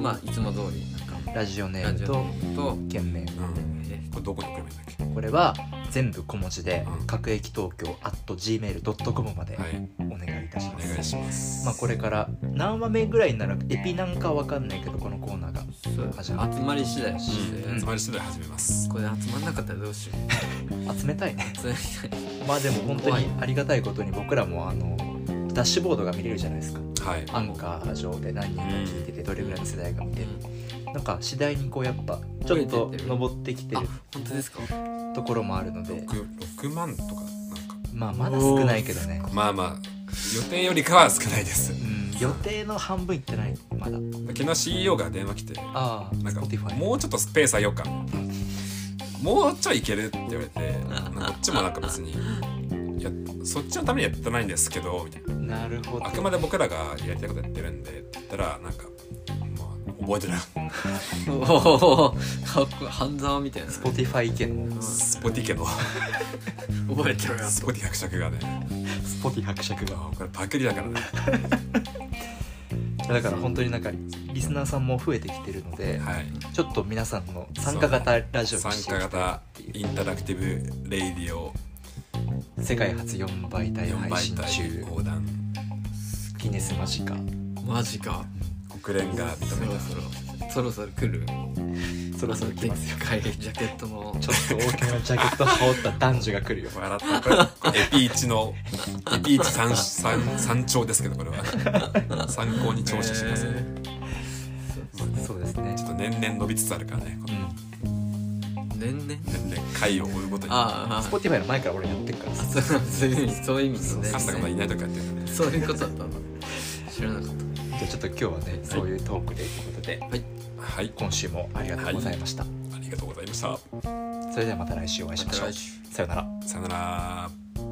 Speaker 4: まあいつも通りなんか
Speaker 1: ラジオネ
Speaker 4: ラ
Speaker 1: ー
Speaker 4: ジ
Speaker 1: ム
Speaker 4: オ
Speaker 1: と
Speaker 4: と
Speaker 1: 件名
Speaker 2: うん
Speaker 4: え
Speaker 2: これどこに送ればいいんだっけ
Speaker 1: これは全部小文字で
Speaker 2: うん
Speaker 1: 各駅東京 at gmail.com まで
Speaker 2: はい
Speaker 1: お願いいたしま
Speaker 2: お
Speaker 1: す、
Speaker 2: 願いします
Speaker 1: まあこれから何話目ぐらいにならエピなんかわかんないけどこのコーナーが
Speaker 4: そう集まり次第だし、
Speaker 1: うん
Speaker 2: つまり次第始めます
Speaker 4: これ集まんなかったらどうしよ
Speaker 1: 集めたい ね
Speaker 4: う集まりたい
Speaker 1: まあでも本当
Speaker 4: 怖
Speaker 1: に
Speaker 4: い
Speaker 1: ありがたいことに僕らもあのダッシュボードが見れるじゃないですか
Speaker 2: はい
Speaker 1: アンカー上で何人が聞いててどれぐらいの世代が見てるなんか次第にこうやっぱちょっと
Speaker 4: 増えてってる
Speaker 1: 登ってきてる
Speaker 4: あ本当ですか
Speaker 1: ところもあるので
Speaker 2: 六六万とかなんか
Speaker 1: まあまだ少ないけどね
Speaker 2: まあまあ予定よりかは少ないです
Speaker 1: うん予定の半分いってないまだ
Speaker 2: 昨日 CEO が電話来て
Speaker 1: ああ
Speaker 2: なんか
Speaker 1: Spotify
Speaker 2: もうちょっとスペースあげようかもうちょいいけるって言われてなんかこっちもなんか別にいやそっちのためにやってないんですけどみたいな
Speaker 1: なるほど
Speaker 2: あくまで僕らがやりたいことやってるんでって言ったらなんかまあ覚えてない
Speaker 4: おおかっこいい半沢みたいな
Speaker 1: Spotify 意見も
Speaker 2: スポティけど
Speaker 4: 覚えてるよ
Speaker 2: スポティ伯爵がね
Speaker 1: Spotify 伯爵が
Speaker 2: これパクリだからね
Speaker 1: だから本当になんかリスナーさんも増えてきてるので
Speaker 2: はい
Speaker 1: ちょっと皆さんの参加型ラジオに
Speaker 2: 参
Speaker 1: してい
Speaker 2: 加
Speaker 1: きたいな
Speaker 2: 型
Speaker 1: ってい
Speaker 2: インタラクティブレイディオ
Speaker 1: う世界初4倍体
Speaker 2: 4
Speaker 1: 配
Speaker 2: 倍
Speaker 1: 信
Speaker 2: 体
Speaker 1: 中
Speaker 2: 横断
Speaker 1: ギネスマジか
Speaker 4: マジか
Speaker 2: 国連が
Speaker 4: そ
Speaker 2: 認め
Speaker 4: ろ
Speaker 2: た
Speaker 4: そろそろそろ来る
Speaker 1: そろそろ来ますよ
Speaker 4: でっかいジャケットも
Speaker 1: ちょっと大きめのジャケット羽織った男女が来るよ
Speaker 2: 笑ったこれこれエピ一のエピ一三三三兆ですけどこれは参考に聴取してください、
Speaker 4: え
Speaker 1: そうですね
Speaker 2: ちょっと年々伸びつつあるからねこ
Speaker 1: う
Speaker 2: の
Speaker 1: ん
Speaker 4: ー年々
Speaker 2: 年々回を追うごとにあ
Speaker 4: ああ
Speaker 1: Spotify の前から俺やってるから
Speaker 4: あ
Speaker 1: さ
Speaker 4: そうそういう意味そういう意味のね
Speaker 2: スタがまだいない時やってるから
Speaker 4: そういうことだったの知らなかった
Speaker 1: じゃあちょっと今日はねそういうトークでということで
Speaker 2: はい
Speaker 1: 今週もありがとうございました
Speaker 2: ありがとうございました
Speaker 1: それではまた来週お会いしましょ
Speaker 4: また
Speaker 1: う
Speaker 4: 来週
Speaker 1: さよなら
Speaker 2: さよなら